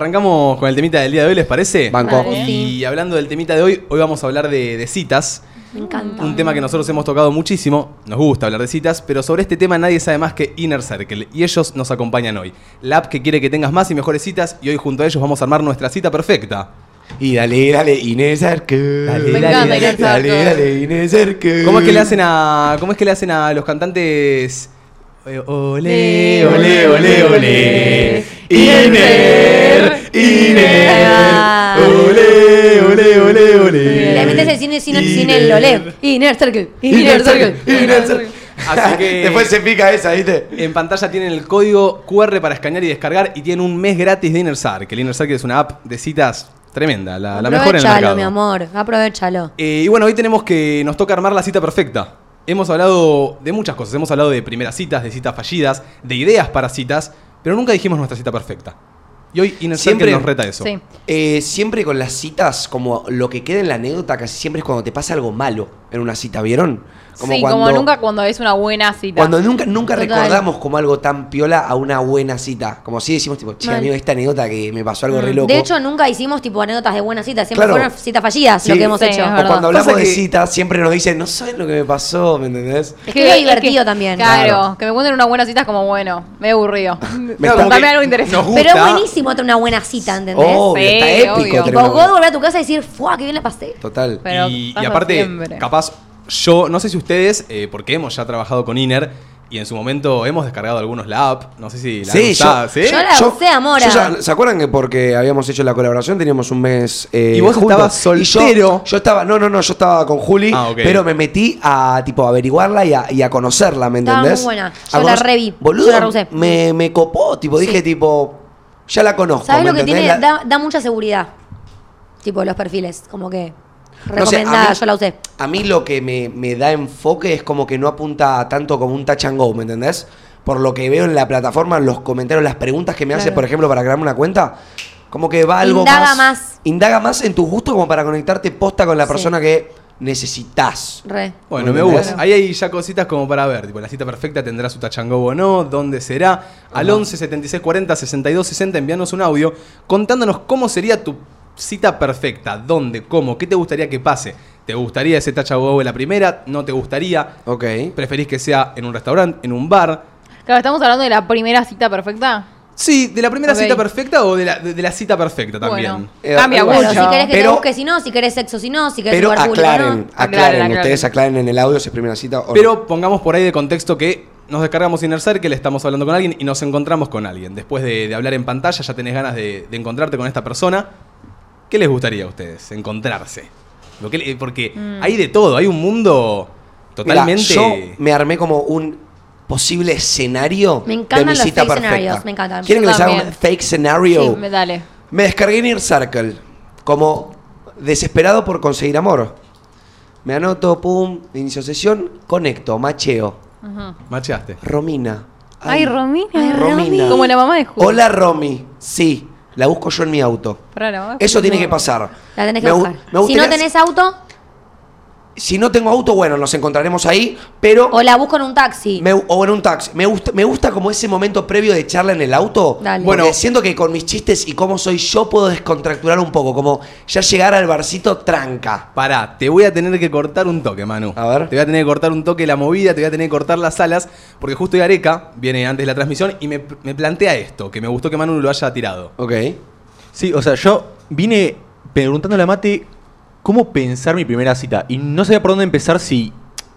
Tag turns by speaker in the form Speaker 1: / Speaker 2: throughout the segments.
Speaker 1: Arrancamos con el temita del día de hoy, ¿les parece?
Speaker 2: Banco.
Speaker 3: Vale.
Speaker 1: Y hablando del temita de hoy, hoy vamos a hablar de, de citas.
Speaker 3: Me encanta.
Speaker 1: Un tema que nosotros hemos tocado muchísimo, nos gusta hablar de citas, pero sobre este tema nadie sabe más que Inner Circle y ellos nos acompañan hoy. La app que quiere que tengas más y mejores citas y hoy junto a ellos vamos a armar nuestra cita perfecta.
Speaker 2: Y dale, dale, Inés Arque. Dale,
Speaker 1: Me
Speaker 3: encanta
Speaker 2: dale,
Speaker 3: Inés
Speaker 2: dale,
Speaker 3: Arque.
Speaker 2: dale, Inés Arque.
Speaker 1: ¿Cómo es que le hacen a, cómo es que le hacen a los cantantes? Eh, Ole,
Speaker 2: Ole, ole, ole. Iner, Iner. Ole, ole, ole, ole.
Speaker 3: La mitad es el cine sin, sin el
Speaker 2: Iner.
Speaker 3: olé. Inner Circle.
Speaker 2: Inner
Speaker 3: Inner
Speaker 2: Circle.
Speaker 3: Circle.
Speaker 2: Inner Circle.
Speaker 1: Así que-
Speaker 2: Después se pica esa, ¿viste?
Speaker 1: En pantalla tienen el código QR para escanear y descargar y tienen un mes gratis de Inner Circle. Inner Circle es una app de citas tremenda, la, la mejor en el mercado.
Speaker 3: Aprovechalo, mi amor. Aprovechalo.
Speaker 1: Eh, y bueno, hoy tenemos que nos toca armar la cita perfecta. Hemos hablado de muchas cosas, hemos hablado de primeras citas, de citas fallidas, de ideas para citas, pero nunca dijimos nuestra cita perfecta. Y hoy Inner
Speaker 2: Siempre-
Speaker 1: Circle nos reta eso.
Speaker 3: Sí.
Speaker 2: Eh, siempre con las citas, como lo que queda en la anécdota casi siempre es cuando te pasa algo malo en una cita, ¿vieron?
Speaker 4: sí, como nunca cuando es una buena cita.
Speaker 2: Cuando nunca, nunca
Speaker 3: Total.
Speaker 2: recordamos como algo tan piola a una buena cita. Como si decimos, tipo, che,
Speaker 3: Mal. Mm,
Speaker 2: amigo, esta anécdota que me pasó algo re loco.
Speaker 3: De hecho, nunca hicimos tipo anécdotas de buenas citas. Siempre
Speaker 2: Claro.
Speaker 3: fueron citas fallidas
Speaker 2: Sí.
Speaker 3: lo que hemos
Speaker 4: Sí,
Speaker 3: hecho.
Speaker 4: es
Speaker 2: o
Speaker 4: verdad.
Speaker 2: cuando
Speaker 1: Pasa
Speaker 2: hablamos de
Speaker 1: que-
Speaker 2: citas, siempre nos dicen, no saben lo que me pasó, ¿me entendés?
Speaker 3: Es que es divertido también.
Speaker 4: Claro,
Speaker 2: Claro.
Speaker 4: que me cuenten una buena cita es como bueno, medio aburrido.
Speaker 2: Me está-
Speaker 4: Contame algo interesante.
Speaker 1: Nos
Speaker 3: Pero es
Speaker 1: gusta.
Speaker 3: buenísimo tener una buena cita, ¿entendés?
Speaker 2: Obvio,
Speaker 4: Sí,
Speaker 2: está épico.
Speaker 4: obvio.
Speaker 2: tener
Speaker 3: Tipo,
Speaker 2: una-
Speaker 3: vos volver a tu casa y decir, ¡fuah, qué bien la pasé!
Speaker 2: Total.
Speaker 4: Pero
Speaker 1: y, y
Speaker 4: pasa
Speaker 1: aparte,
Speaker 4: siempre.
Speaker 1: capaz, yo, no sé si ustedes, eh, porque hemos ya trabajado con Inner y en su momento hemos descargado algunos la app, no sé si la han
Speaker 2: Sí,
Speaker 1: usado,
Speaker 2: yo,
Speaker 1: ¿sí?
Speaker 3: yo la- usé, Amora.
Speaker 2: ya- ¿Se acuerdan que porque habíamos hecho la colaboración teníamos un mes eh,
Speaker 1: Y vos
Speaker 2: juntos?
Speaker 1: estabas
Speaker 2: Y yo-
Speaker 1: soltero.
Speaker 2: yo, estaba, no, no, no, yo estaba con Juli,
Speaker 1: Ah, ok.
Speaker 2: pero me metí a tipo averiguarla y a, y a conocerla, ¿me
Speaker 3: Estaba
Speaker 2: entendés?
Speaker 3: muy buena.
Speaker 2: A
Speaker 3: Yo la
Speaker 2: conoc-
Speaker 3: revi.
Speaker 2: Boludo,
Speaker 3: Yo la reusé.
Speaker 2: me, me copó, tipo, dije tipo, ya la conozco,
Speaker 3: ¿Sabes
Speaker 2: ¿me
Speaker 3: lo que
Speaker 2: entendés?
Speaker 3: tiene?
Speaker 2: La-
Speaker 3: Da, da mucha seguridad. Tipo, los perfiles. Como que.
Speaker 2: No sé, a
Speaker 3: Recomendada,
Speaker 2: mí-
Speaker 3: yo la usé.
Speaker 2: A mí lo que me, me da enfoque es como que no apunta tanto como un touch and go, ¿me entendés? Por lo que veo en la plataforma, los comentarios, las preguntas que me hace, por ejemplo, para crearme una cuenta, como que va algo
Speaker 3: Indaga
Speaker 2: más,
Speaker 3: más.
Speaker 2: Indaga más en tu gusto como para conectarte posta con la
Speaker 3: Sí.
Speaker 2: persona que necesitas.
Speaker 3: Re.
Speaker 1: Bueno, me
Speaker 2: Bueno.
Speaker 1: gusta. Ahí hay ya cositas como para ver. Tipo, la cita perfecta tendrá su tachango o no, dónde será. Al 11 76 40 62 60 envíanos un audio contándonos cómo sería tu cita perfecta, dónde, cómo, qué te gustaría que pase. ¿Te gustaría ese tachango en la primera? ¿No te gustaría?
Speaker 2: Ok.
Speaker 1: ¿Preferís que sea en un restaurante, en un bar?
Speaker 4: Claro, estamos hablando de la primera cita perfecta.
Speaker 1: Sí, de la primera
Speaker 4: Ok.
Speaker 1: cita perfecta o de la, de, de la cita perfecta también.
Speaker 4: Bueno,
Speaker 2: Eh,
Speaker 4: cambia
Speaker 2: bueno,
Speaker 3: Bueno,
Speaker 4: mucho.
Speaker 3: si querés que
Speaker 2: Pero-
Speaker 3: te busque, si no, si querés sexo, si no, si querés
Speaker 2: Pero
Speaker 3: lugar
Speaker 2: aclaren,
Speaker 3: público,
Speaker 2: aclaren,
Speaker 3: no.
Speaker 4: Aclaren,
Speaker 2: ustedes aclaren en el audio si es primera cita o no.
Speaker 1: Pero pongamos por ahí de contexto que nos descargamos Inner Circle, estamos hablando con alguien y nos encontramos con alguien. Después de, de hablar en pantalla, ya tenés ganas de, de encontrarte con esta persona. ¿Qué les gustaría a ustedes? Encontrarse. Lo que le- porque hay de todo, hay un mundo
Speaker 2: Mirá,
Speaker 1: totalmente.
Speaker 2: yo me armé como un posible escenario
Speaker 3: Me
Speaker 2: de
Speaker 3: encantan
Speaker 2: mi
Speaker 3: los
Speaker 2: cita
Speaker 3: fake
Speaker 2: perfecta.
Speaker 3: scenarios, me encantan.
Speaker 2: ¿Quieren
Speaker 4: Yo
Speaker 2: que les haga un
Speaker 4: también.
Speaker 2: fake scenario?
Speaker 4: Sí, me- dale.
Speaker 2: Me descargué Near Circle, como desesperado por conseguir amor. Me anoto, pum, inicio sesión, conecto, macheo.
Speaker 1: Macheaste.
Speaker 2: Romina.
Speaker 4: Ay, Romina.
Speaker 3: Ay,
Speaker 2: Romina.
Speaker 4: Como la mamá de Julio.
Speaker 2: Hola, Romy. Sí, la busco yo en mi auto.
Speaker 4: Pará, la mamá de
Speaker 2: Eso
Speaker 4: Julio.
Speaker 2: tiene que pasar.
Speaker 3: La tenés
Speaker 2: Me
Speaker 3: que
Speaker 2: gu-
Speaker 3: buscar.
Speaker 2: me
Speaker 3: si no
Speaker 2: gustaría-
Speaker 3: tenés auto,
Speaker 2: si no tengo auto, bueno, nos encontraremos ahí, pero...
Speaker 3: o la busco en un taxi.
Speaker 2: Me- o en un taxi. Me gusta, me gusta como ese momento previo de charla en el auto.
Speaker 3: Dale.
Speaker 2: Bueno,
Speaker 1: Bueno.
Speaker 2: siento que con mis chistes y cómo soy yo puedo descontracturar un poco. Como ya llegar al barcito tranca.
Speaker 1: Pará, te voy a tener que cortar un toque, Manu.
Speaker 2: A ver.
Speaker 1: Te voy a tener que cortar un toque la movida, te voy a tener que cortar las alas, porque justo Areca viene antes de la transmisión y me, me plantea esto, que me gustó que Manu lo haya tirado.
Speaker 2: Ok.
Speaker 5: Sí, o sea, yo vine preguntándole a Mate cómo pensar mi primera cita. Y no sabía por dónde empezar si,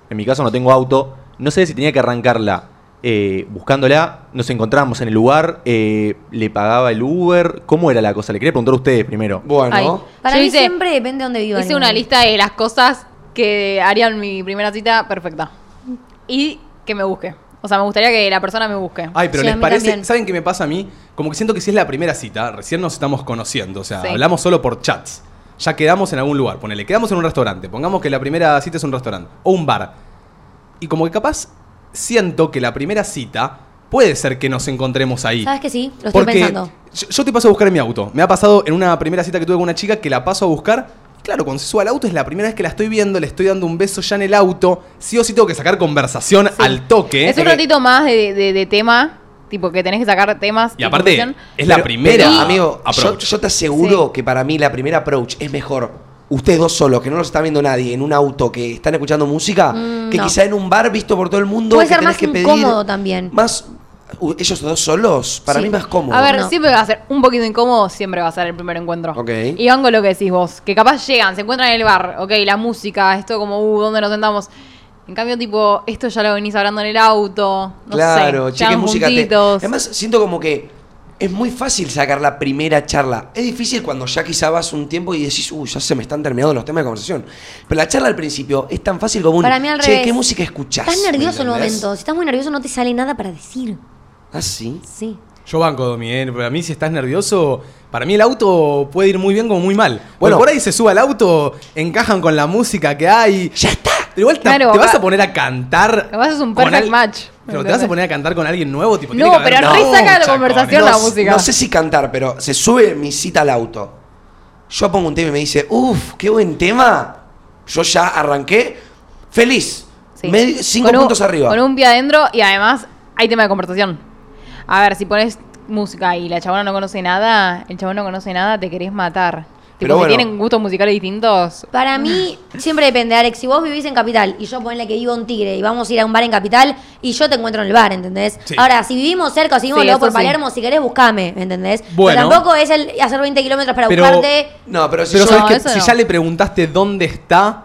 Speaker 5: en mi caso no tengo auto, no sabía si tenía que arrancarla eh, buscándola. Nos encontramos en el lugar, eh, le pagaba el Uber. ¿Cómo era la cosa? Le quería preguntar a ustedes primero.
Speaker 2: Bueno.
Speaker 4: Ay.
Speaker 3: Para
Speaker 4: Yo
Speaker 3: mí
Speaker 4: hice-
Speaker 3: siempre depende de dónde viva.
Speaker 4: Hice una lista de las cosas que harían mi primera cita perfecta. Y que me busque. O sea, me gustaría que la persona me busque.
Speaker 1: Ay, pero
Speaker 3: Sí, a
Speaker 1: les
Speaker 3: mí
Speaker 1: parece,
Speaker 3: también.
Speaker 1: ¿saben qué me pasa a mí? Como que siento que si es la primera cita, recién nos estamos conociendo, o sea,
Speaker 4: Sí.
Speaker 1: hablamos solo por chats. Ya quedamos en algún lugar, ponele, quedamos en un restaurante, pongamos que la primera cita es un restaurante o un bar. Y como que capaz siento que la primera cita puede ser que nos encontremos ahí.
Speaker 3: ¿Sabes que sí? Lo estoy
Speaker 1: Porque
Speaker 3: pensando.
Speaker 1: Yo, yo te paso a buscar en mi auto. Me ha pasado en una primera cita que tuve con una chica que la paso a buscar. Claro, cuando se suba al auto es la primera vez que la estoy viendo, le estoy dando un beso ya en el auto. Sí o sí tengo que sacar conversación al toque.
Speaker 4: es un
Speaker 1: Eh,
Speaker 4: ratito más de, de- de tema Tipo, que tenés que sacar temas.
Speaker 1: Y aparte,
Speaker 4: conclusión.
Speaker 1: es la
Speaker 2: Pero-
Speaker 1: primera.
Speaker 2: pero, amigo, yo,
Speaker 1: approach.
Speaker 2: yo te aseguro que para mí la primera approach es mejor. Ustedes dos solos, que no los está viendo nadie, en un auto, que están escuchando música,
Speaker 3: Mm,
Speaker 2: que
Speaker 3: no.
Speaker 2: quizá en un bar visto por todo el mundo.
Speaker 3: Puede
Speaker 2: que
Speaker 3: ser
Speaker 2: tenés
Speaker 3: más
Speaker 2: que pedir
Speaker 3: incómodo también.
Speaker 2: Más. u- ellos dos solos, para
Speaker 3: Sí.
Speaker 2: mí más cómodo.
Speaker 4: A ver,
Speaker 3: No.
Speaker 4: siempre va a ser un poquito incómodo, siempre va a ser el primer encuentro.
Speaker 2: Ok.
Speaker 4: Y van con lo que decís vos, que capaz llegan, se encuentran en el bar, ok, la música, esto como, uh, ¿dónde nos sentamos? En cambio, tipo, esto ya lo venís hablando en el auto, no
Speaker 2: claro,
Speaker 4: sé,
Speaker 2: che, qué
Speaker 4: llegan
Speaker 2: música. te-
Speaker 4: juntitos.
Speaker 2: Además, siento como que es muy fácil sacar la primera charla. Es difícil cuando ya quizá vas un tiempo y decís, uy, ya se me están terminando los temas de conversación. Pero la charla al principio es tan fácil como un.
Speaker 3: Para mí al
Speaker 2: che,
Speaker 3: revés.
Speaker 2: ¿qué música escuchás?
Speaker 3: Estás nervioso en
Speaker 2: ¿Me
Speaker 3: el
Speaker 2: entendés?
Speaker 3: momento. Si estás muy nervioso no te sale nada para decir.
Speaker 2: Ah, sí.
Speaker 3: Sí.
Speaker 1: Yo banco, Domi, eh. Para mí, si estás nervioso, para mí el auto puede ir muy bien como muy mal. Bueno,
Speaker 2: Bueno.
Speaker 1: por ahí se suba al auto, encajan con la música que hay.
Speaker 2: ¡Ya está!
Speaker 1: Pero igual te,
Speaker 4: Claro,
Speaker 1: te vas
Speaker 4: va-
Speaker 1: a poner a cantar.
Speaker 4: Capaz es un
Speaker 1: con
Speaker 4: perfect match,
Speaker 1: Pero te
Speaker 4: ¿entendés?
Speaker 1: vas a poner a cantar con alguien nuevo, tipo.
Speaker 4: No,
Speaker 1: tiene que haber
Speaker 4: pero re
Speaker 1: mucha
Speaker 4: saca la conversación
Speaker 1: con-
Speaker 4: la
Speaker 2: s-
Speaker 4: música.
Speaker 2: No sé si cantar, pero se sube mi cita al auto. Yo pongo un tema y me dice, uff, qué buen tema. Yo ya arranqué feliz.
Speaker 4: Sí.
Speaker 2: Me- cinco
Speaker 4: Con un-
Speaker 2: puntos arriba.
Speaker 4: Con un pie adentro y además hay tema de conversación. A ver, si pones música y la chabona no conoce nada, el chabón no conoce nada, te querés matar. Tipo,
Speaker 2: Pero bueno.
Speaker 4: si tienen gustos musicales distintos,
Speaker 3: Para mí siempre depende, Alex. Si vos vivís en Capital y yo ponle que vivo en Tigre y vamos a ir a un bar en Capital y yo te encuentro en el bar, ¿entendés?
Speaker 1: Sí.
Speaker 3: Ahora, si vivimos cerca o si vivimos
Speaker 4: Sí,
Speaker 3: luego
Speaker 4: eso
Speaker 3: por
Speaker 4: sí.
Speaker 3: Palermo, si querés buscame, ¿entendés? Pero
Speaker 1: Bueno.
Speaker 3: tampoco es el hacer 20 kilómetros para
Speaker 1: Pero-
Speaker 3: buscarte.
Speaker 2: No, pero si
Speaker 1: Pero
Speaker 2: yo-
Speaker 1: sabes
Speaker 4: No,
Speaker 1: que
Speaker 4: eso
Speaker 1: si
Speaker 4: no.
Speaker 1: ya le preguntaste dónde está.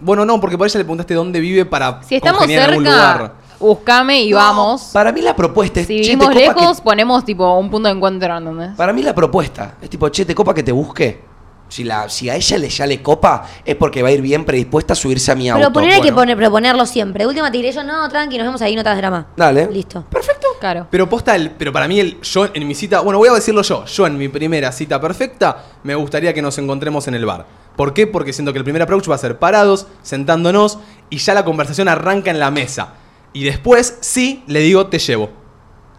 Speaker 1: Bueno, no, porque por ahí ya le preguntaste dónde vive para
Speaker 4: si estamos
Speaker 1: congeniar en algún
Speaker 4: cerca, buscame y
Speaker 2: No,
Speaker 4: vamos.
Speaker 2: Para mí la propuesta es.
Speaker 4: Si
Speaker 2: "Che, ¿te
Speaker 4: vivimos
Speaker 2: copa que-
Speaker 4: lejos, ponemos tipo un punto de encuentro, ¿entendés?
Speaker 2: Para mí la propuesta es tipo, che, te copa que te busque. Si, la, si a ella le, ya le copa, es porque va a ir bien predispuesta a subirse a mi auto.
Speaker 3: Proponer hay que
Speaker 2: Bueno.
Speaker 3: poner, proponerlo siempre. Última tigre, yo no, tranqui, nos vemos ahí, no te das drama.
Speaker 2: Dale.
Speaker 3: Listo.
Speaker 4: Perfecto. Claro.
Speaker 1: Pero posta, el, pero para mí, el, yo en mi cita, bueno, voy a decirlo yo, yo en mi primera cita perfecta, me gustaría que nos encontremos en el bar. ¿Por qué? Porque siento que el primer approach va a ser parados, sentándonos, y ya la conversación arranca en la mesa. Y después, sí, le digo, te llevo.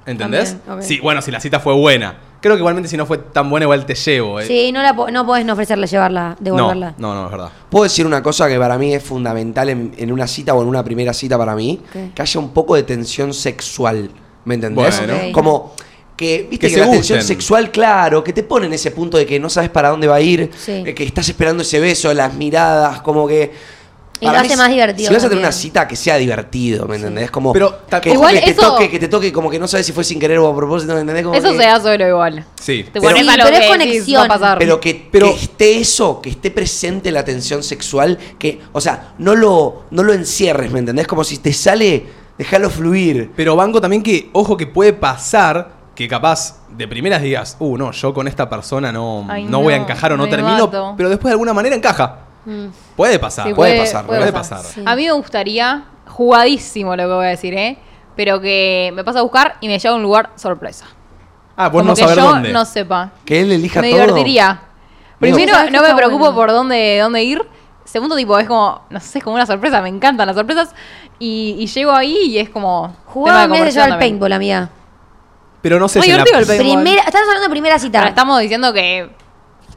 Speaker 1: ¿Entendés?
Speaker 4: También, ok.
Speaker 1: Sí, bueno, si la cita fue buena. Creo que igualmente si no fue tan buena, igual te llevo.
Speaker 2: Pues-
Speaker 1: eh.
Speaker 3: Sí, no, la po- no podés no ofrecerle llevarla,
Speaker 1: no,
Speaker 3: devolverla.
Speaker 1: no, no, es verdad.
Speaker 2: Puedo decir una cosa que para mí es fundamental en, en una cita o en una primera cita para mí,
Speaker 3: ¿Qué?
Speaker 2: que haya un poco de tensión sexual, ¿me entendés?
Speaker 1: Bueno.
Speaker 3: Ok.
Speaker 2: Como que,
Speaker 1: Que
Speaker 2: viste que,
Speaker 1: se
Speaker 2: la
Speaker 1: gusten.
Speaker 2: tensión sexual, claro, que te pone en ese punto de que no sabes para dónde va a ir,
Speaker 3: Sí.
Speaker 2: eh, que estás esperando ese beso, las miradas, como que...
Speaker 3: Y
Speaker 2: para
Speaker 3: lo
Speaker 2: mí,
Speaker 3: hace más divertido
Speaker 2: Si vas a tener
Speaker 3: también.
Speaker 2: una cita, que sea divertido, ¿me entendés? Como
Speaker 1: Pero ta-
Speaker 2: que,
Speaker 4: Igual
Speaker 2: que te
Speaker 4: eso-
Speaker 2: toque, que te toque, como que no sabes si fue sin querer o a propósito, ¿me entendés? Como
Speaker 4: Eso
Speaker 2: que-
Speaker 4: se da solo igual.
Speaker 1: Sí.
Speaker 4: Te
Speaker 2: Pero-
Speaker 4: pones
Speaker 3: Sí,
Speaker 4: a lo
Speaker 3: pero es
Speaker 4: que decís,
Speaker 3: conexión.
Speaker 4: va a pasar.
Speaker 2: Pero que,
Speaker 1: Pero-
Speaker 2: que esté eso, que esté presente la tensión sexual, que, o sea, no lo, no lo encierres, ¿me entendés? Como si te sale, déjalo fluir.
Speaker 1: Pero banco también que, ojo, que puede pasar que capaz de primeras digas, uh, no, yo con esta persona no,
Speaker 4: Ay,
Speaker 1: no, voy a
Speaker 4: no,
Speaker 1: encajar o no
Speaker 4: me
Speaker 1: termino,
Speaker 4: mato. Mm.
Speaker 1: pero después de alguna manera encaja. Puede pasar.
Speaker 4: Sí,
Speaker 2: puede pasar,
Speaker 1: puede pasar.
Speaker 3: Sí.
Speaker 4: A mí me gustaría, jugadísimo lo que voy a decir, ¿eh? Pero que me pasa a buscar y me lleva a un lugar sorpresa.
Speaker 1: Ah, vos
Speaker 4: Como
Speaker 1: no
Speaker 4: que
Speaker 1: saber
Speaker 4: yo
Speaker 1: dónde.
Speaker 4: no sepa.
Speaker 2: Que él elija
Speaker 4: me
Speaker 2: todo.
Speaker 4: divertiría. Primero,
Speaker 3: Sabes que
Speaker 4: no me
Speaker 3: está
Speaker 4: preocupo
Speaker 3: bueno.
Speaker 4: por dónde, dónde ir. Segundo, tipo, es como, no sé, es como una sorpresa. Me encantan las sorpresas. Y, y llego ahí y es como. tema
Speaker 3: Jugaba en vez de
Speaker 4: conversación
Speaker 3: llevar el
Speaker 4: también.
Speaker 3: paintball, amiga.
Speaker 1: Pero no sé
Speaker 4: Muy
Speaker 1: si en la-
Speaker 4: divertido el Paintball.
Speaker 3: Primera, estamos hablando de primera cita.
Speaker 4: Ahora estamos diciendo que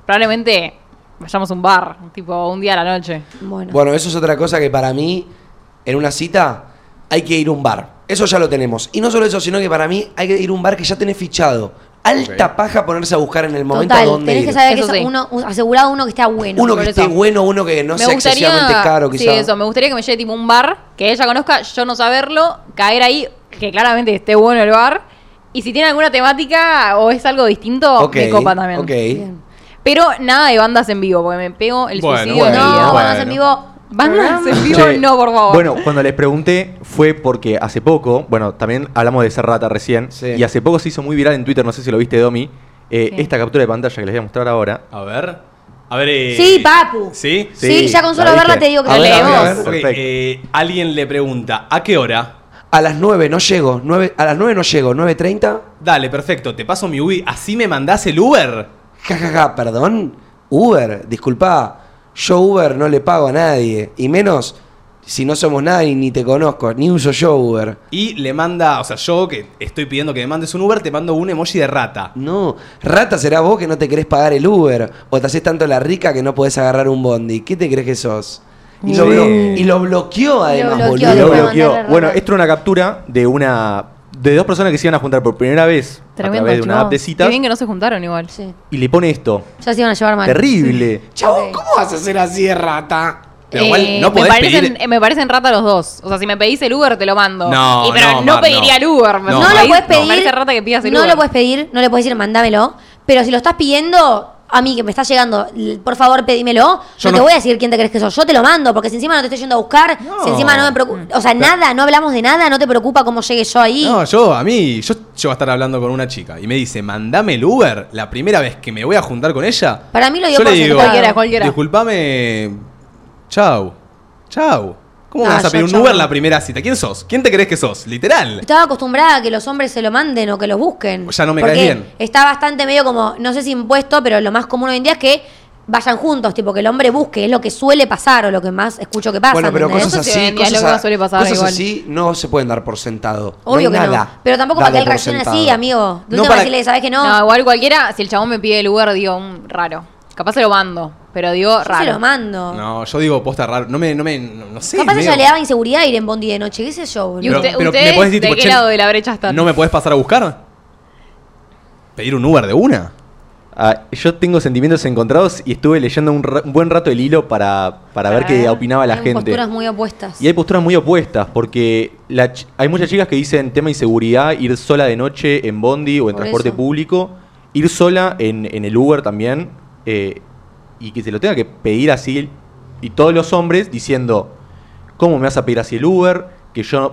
Speaker 4: probablemente vayamos a un bar, tipo, un día a la noche.
Speaker 3: Bueno.
Speaker 2: Bueno, eso es otra cosa que para mí, en una cita, hay que ir a un bar. Eso ya lo tenemos. Y no solo eso, sino que para mí hay que ir a un bar que ya tenés fichado. Alta paja ponerse a buscar en el momento
Speaker 3: Total,
Speaker 2: dónde
Speaker 3: tenés
Speaker 2: ir.
Speaker 3: que saber que
Speaker 4: Eso
Speaker 3: es
Speaker 4: sí.
Speaker 3: uno, un- asegurado uno que está bueno.
Speaker 2: uno que
Speaker 4: por
Speaker 2: esté
Speaker 4: eso.
Speaker 2: bueno, uno que no sea excesivamente caro,
Speaker 4: sí,
Speaker 2: quizás.
Speaker 4: eso, me gustaría que me lleve tipo un bar que ella conozca, yo no saberlo, caer ahí, que claramente esté bueno el bar. Y si tiene alguna temática o es algo distinto, me copa también.
Speaker 2: Ok.
Speaker 3: Bien.
Speaker 4: Pero nada de bandas en vivo, porque me pego el
Speaker 1: Bueno,
Speaker 4: suicidio.
Speaker 3: No,
Speaker 1: Bueno,
Speaker 4: de mi vida.
Speaker 3: vamos
Speaker 1: bueno.
Speaker 3: en vivo.
Speaker 4: Bandas en vivo,
Speaker 5: Che,
Speaker 4: no, por favor.
Speaker 5: Bueno, cuando les pregunté fue porque hace poco, bueno, también hablamos de Serrata recién,
Speaker 2: Sí.
Speaker 5: y hace poco se hizo muy viral en Twitter, no sé si lo viste, Domi, eh,
Speaker 4: Sí.
Speaker 5: esta captura de pantalla que les voy a mostrar ahora.
Speaker 1: A ver. A ver. eh,
Speaker 3: Sí, papu.
Speaker 1: ¿Sí?
Speaker 5: Sí,
Speaker 3: Sí, ya con solo
Speaker 5: la
Speaker 3: verla
Speaker 5: dije.
Speaker 3: te digo que
Speaker 2: A
Speaker 3: la
Speaker 2: ver, a ver,
Speaker 3: leemos.
Speaker 2: a ver.
Speaker 1: Ok,
Speaker 5: Perfecto.
Speaker 1: eh, alguien le pregunta, ¿a qué hora?
Speaker 2: A las 9 no llego. 9, a las 9 no llego. 9.30.
Speaker 1: Dale, perfecto, te paso mi Ubi, ¿así me mandás el Uber?
Speaker 2: Ja, ja, ja, perdón. Uber, disculpa. Yo Uber no le pago a nadie. Y menos si no somos nadie ni te conozco. Ni uso yo Uber.
Speaker 1: Y le manda, o sea, yo que estoy pidiendo que me mandes un Uber, te mando un emoji de rata.
Speaker 2: No, rata será vos que no te querés pagar el Uber. O te haces tanto la rica que no podés agarrar un bondi. ¿Qué te crees que sos? Y, lo,
Speaker 5: Sí.
Speaker 2: blo- y lo bloqueó además,
Speaker 3: bloqueó,
Speaker 5: Y
Speaker 2: boludo.
Speaker 5: lo
Speaker 3: después
Speaker 5: bloqueó.
Speaker 3: mandarle a
Speaker 5: Bueno,
Speaker 3: Renata.
Speaker 5: esto era una captura de una de dos personas que se iban a juntar por primera vez a
Speaker 4: Tremendo,
Speaker 5: través de una
Speaker 4: chicos.
Speaker 5: app de citas
Speaker 4: Qué bien que no se juntaron igual.
Speaker 3: Sí.
Speaker 5: y le pone esto.
Speaker 3: Ya se iban a llevar mal.
Speaker 5: Terrible.
Speaker 2: Chabón,
Speaker 3: Ok. Eh,
Speaker 2: ¿cómo vas a ser así de rata?
Speaker 1: Pero igual no
Speaker 4: me
Speaker 1: podés
Speaker 4: parecen,
Speaker 3: em-
Speaker 1: pedir-
Speaker 4: eh, me parecen rata los dos. O sea, si me pedís el Uber, te lo mando.
Speaker 1: No,
Speaker 4: Y, pero
Speaker 1: no,
Speaker 4: no,
Speaker 1: Mar, no.
Speaker 4: pediría el Uber. ¿me
Speaker 1: No.
Speaker 3: No,
Speaker 1: Ahí
Speaker 4: parece-
Speaker 3: lo puedes
Speaker 4: Me
Speaker 3: pedir.
Speaker 4: parece rata que pidas el
Speaker 3: no
Speaker 4: Uber.
Speaker 3: lo puedes pedir, no le puedes decir mándamelo. Pero si lo estás pidiendo, a mí que me está llegando, l- por favor pedímelo.
Speaker 1: Yo no-
Speaker 3: Yo no, te voy a decir quién te crees que sos. Yo te lo mando, porque si encima no te estoy yendo a buscar,
Speaker 1: No. Mm.
Speaker 3: si encima no me preocupa. O sea, nada, no hablamos de nada, no te preocupa cómo llegue yo ahí.
Speaker 1: No, yo, a mí, yo, yo voy a estar hablando con una chica y me dice, mandame el Uber la primera vez que me voy a juntar con ella.
Speaker 3: Para mí lo dio
Speaker 1: yo le
Speaker 3: por
Speaker 1: digo,
Speaker 3: sentado.
Speaker 4: Cualquiera, cualquiera.
Speaker 1: disculpame, chau, chau. ¿Cómo
Speaker 3: No,
Speaker 1: vas a
Speaker 3: Ah, yo
Speaker 1: pedir un
Speaker 3: chau
Speaker 1: Uber
Speaker 3: no.
Speaker 1: la primera cita? ¿Quién sos? ¿Quién te crees que sos? Literal.
Speaker 3: Estaba acostumbrada a que los hombres se lo manden o que los busquen.
Speaker 1: Ya no me
Speaker 3: Porque
Speaker 1: caes bien.
Speaker 3: Está bastante medio como, no sé si impuesto, pero lo más común hoy en día es que vayan juntos, tipo que el hombre busque, es lo que suele pasar o lo que más escucho que pasa.
Speaker 2: bueno, pero
Speaker 3: ¿entendés?
Speaker 2: cosas
Speaker 4: Eso sí, hoy
Speaker 2: así,
Speaker 4: en día es
Speaker 2: cosas,
Speaker 4: lo que
Speaker 2: a-
Speaker 4: más suele pasar
Speaker 2: cosas
Speaker 4: igual.
Speaker 2: así no se pueden dar por sentado.
Speaker 3: Obvio
Speaker 2: no hay
Speaker 3: que
Speaker 2: nada
Speaker 3: no. Pero tampoco para
Speaker 2: dado
Speaker 3: que él
Speaker 2: por
Speaker 3: reaccione
Speaker 2: sentado.
Speaker 3: así, amigo. De
Speaker 1: No para-
Speaker 3: no para decirle, ¿sabes que no?
Speaker 4: No, igual cualquiera, si el chabón me pide el Uber, digo, mm, raro. Capaz se lo mando, pero digo,
Speaker 3: Yo
Speaker 4: raro.
Speaker 3: se lo mando.
Speaker 1: No, yo digo posta raro. No me, no me, no, no sé.
Speaker 3: Capaz
Speaker 1: medio-
Speaker 3: ella le daba inseguridad ir en bondi de noche, qué sé yo,
Speaker 4: ¿Y
Speaker 1: Pero-
Speaker 3: boludo.
Speaker 4: usted,
Speaker 1: pero me
Speaker 4: ustedes
Speaker 1: podés decir,
Speaker 4: de
Speaker 1: tipo,
Speaker 4: qué
Speaker 1: "Che,
Speaker 4: lado de la brecha están?
Speaker 1: ¿No me podés pasar a buscar? ¿Pedir un Uber de una?
Speaker 5: Ah, yo tengo sentimientos encontrados y estuve leyendo un, ra- un buen rato el hilo para, para ver qué opinaba la
Speaker 3: Hay
Speaker 5: gente.
Speaker 3: posturas muy opuestas.
Speaker 5: Y hay posturas muy opuestas, porque la ch- hay muchas chicas que dicen tema inseguridad, ir sola de noche en bondi o en
Speaker 3: Por
Speaker 5: transporte
Speaker 3: eso.
Speaker 5: público, ir sola en, en el Uber también, eh, y que se lo tenga que pedir así, y todos los hombres diciendo, ¿cómo me vas a pedir así el Uber? Que yo no-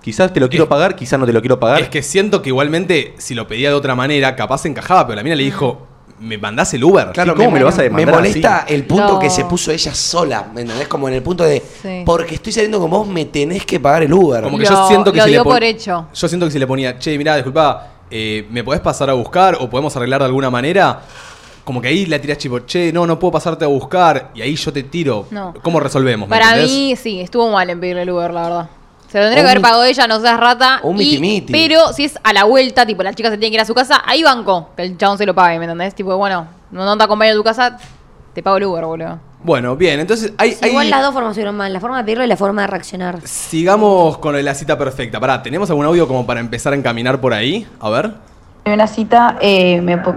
Speaker 5: quizás te lo quiero
Speaker 1: Es-
Speaker 5: pagar, quizás no te lo quiero pagar.
Speaker 1: Es que siento que igualmente, si lo pedía de otra manera, capaz encajaba, pero la mina le dijo, ¿me mandás el Uber?
Speaker 5: Claro, ¿cómo me lo vas a demandar
Speaker 2: Me molesta
Speaker 5: así?
Speaker 2: el punto
Speaker 4: No.
Speaker 2: que se puso ella sola, ¿me entendés? Como en el punto de,
Speaker 4: Sí.
Speaker 2: porque estoy saliendo con vos, me tenés que pagar el Uber.
Speaker 1: Como que
Speaker 4: Lo-
Speaker 1: yo siento que
Speaker 4: lo
Speaker 1: si le
Speaker 4: dio
Speaker 1: pon-
Speaker 4: por hecho.
Speaker 1: Yo siento que si le ponía, che, mirá, disculpa, eh, ¿me podés pasar a buscar o podemos arreglar de alguna manera? Como que ahí la tirás tipo, che, no, no puedo pasarte a buscar y ahí yo te tiro.
Speaker 4: No.
Speaker 1: ¿Cómo resolvemos? ¿Me
Speaker 4: Para
Speaker 1: entendés?
Speaker 4: mí, sí, estuvo mal en pedirle el Uber, la verdad. Se lo tendría que
Speaker 2: O un
Speaker 4: haber
Speaker 2: mi-
Speaker 4: pagado ella, no seas rata.
Speaker 2: o un
Speaker 4: y-
Speaker 2: mitimiti.
Speaker 4: Pero si es a la vuelta, tipo, la chica se tiene que ir a su casa, ahí banco, que el chabón se lo pague, ¿me entendés? Tipo, bueno, no, no te acompaño a tu casa, te pago el Uber, boludo.
Speaker 1: Bueno, bien, entonces hay.
Speaker 3: Sí, igual
Speaker 1: hay-
Speaker 3: las dos formas fueron mal, la forma de pedirlo y la forma de reaccionar.
Speaker 1: Sigamos con la cita perfecta. Pará, ¿tenemos algún audio como para empezar a encaminar por ahí? A ver.
Speaker 6: Primera cita eh, me po-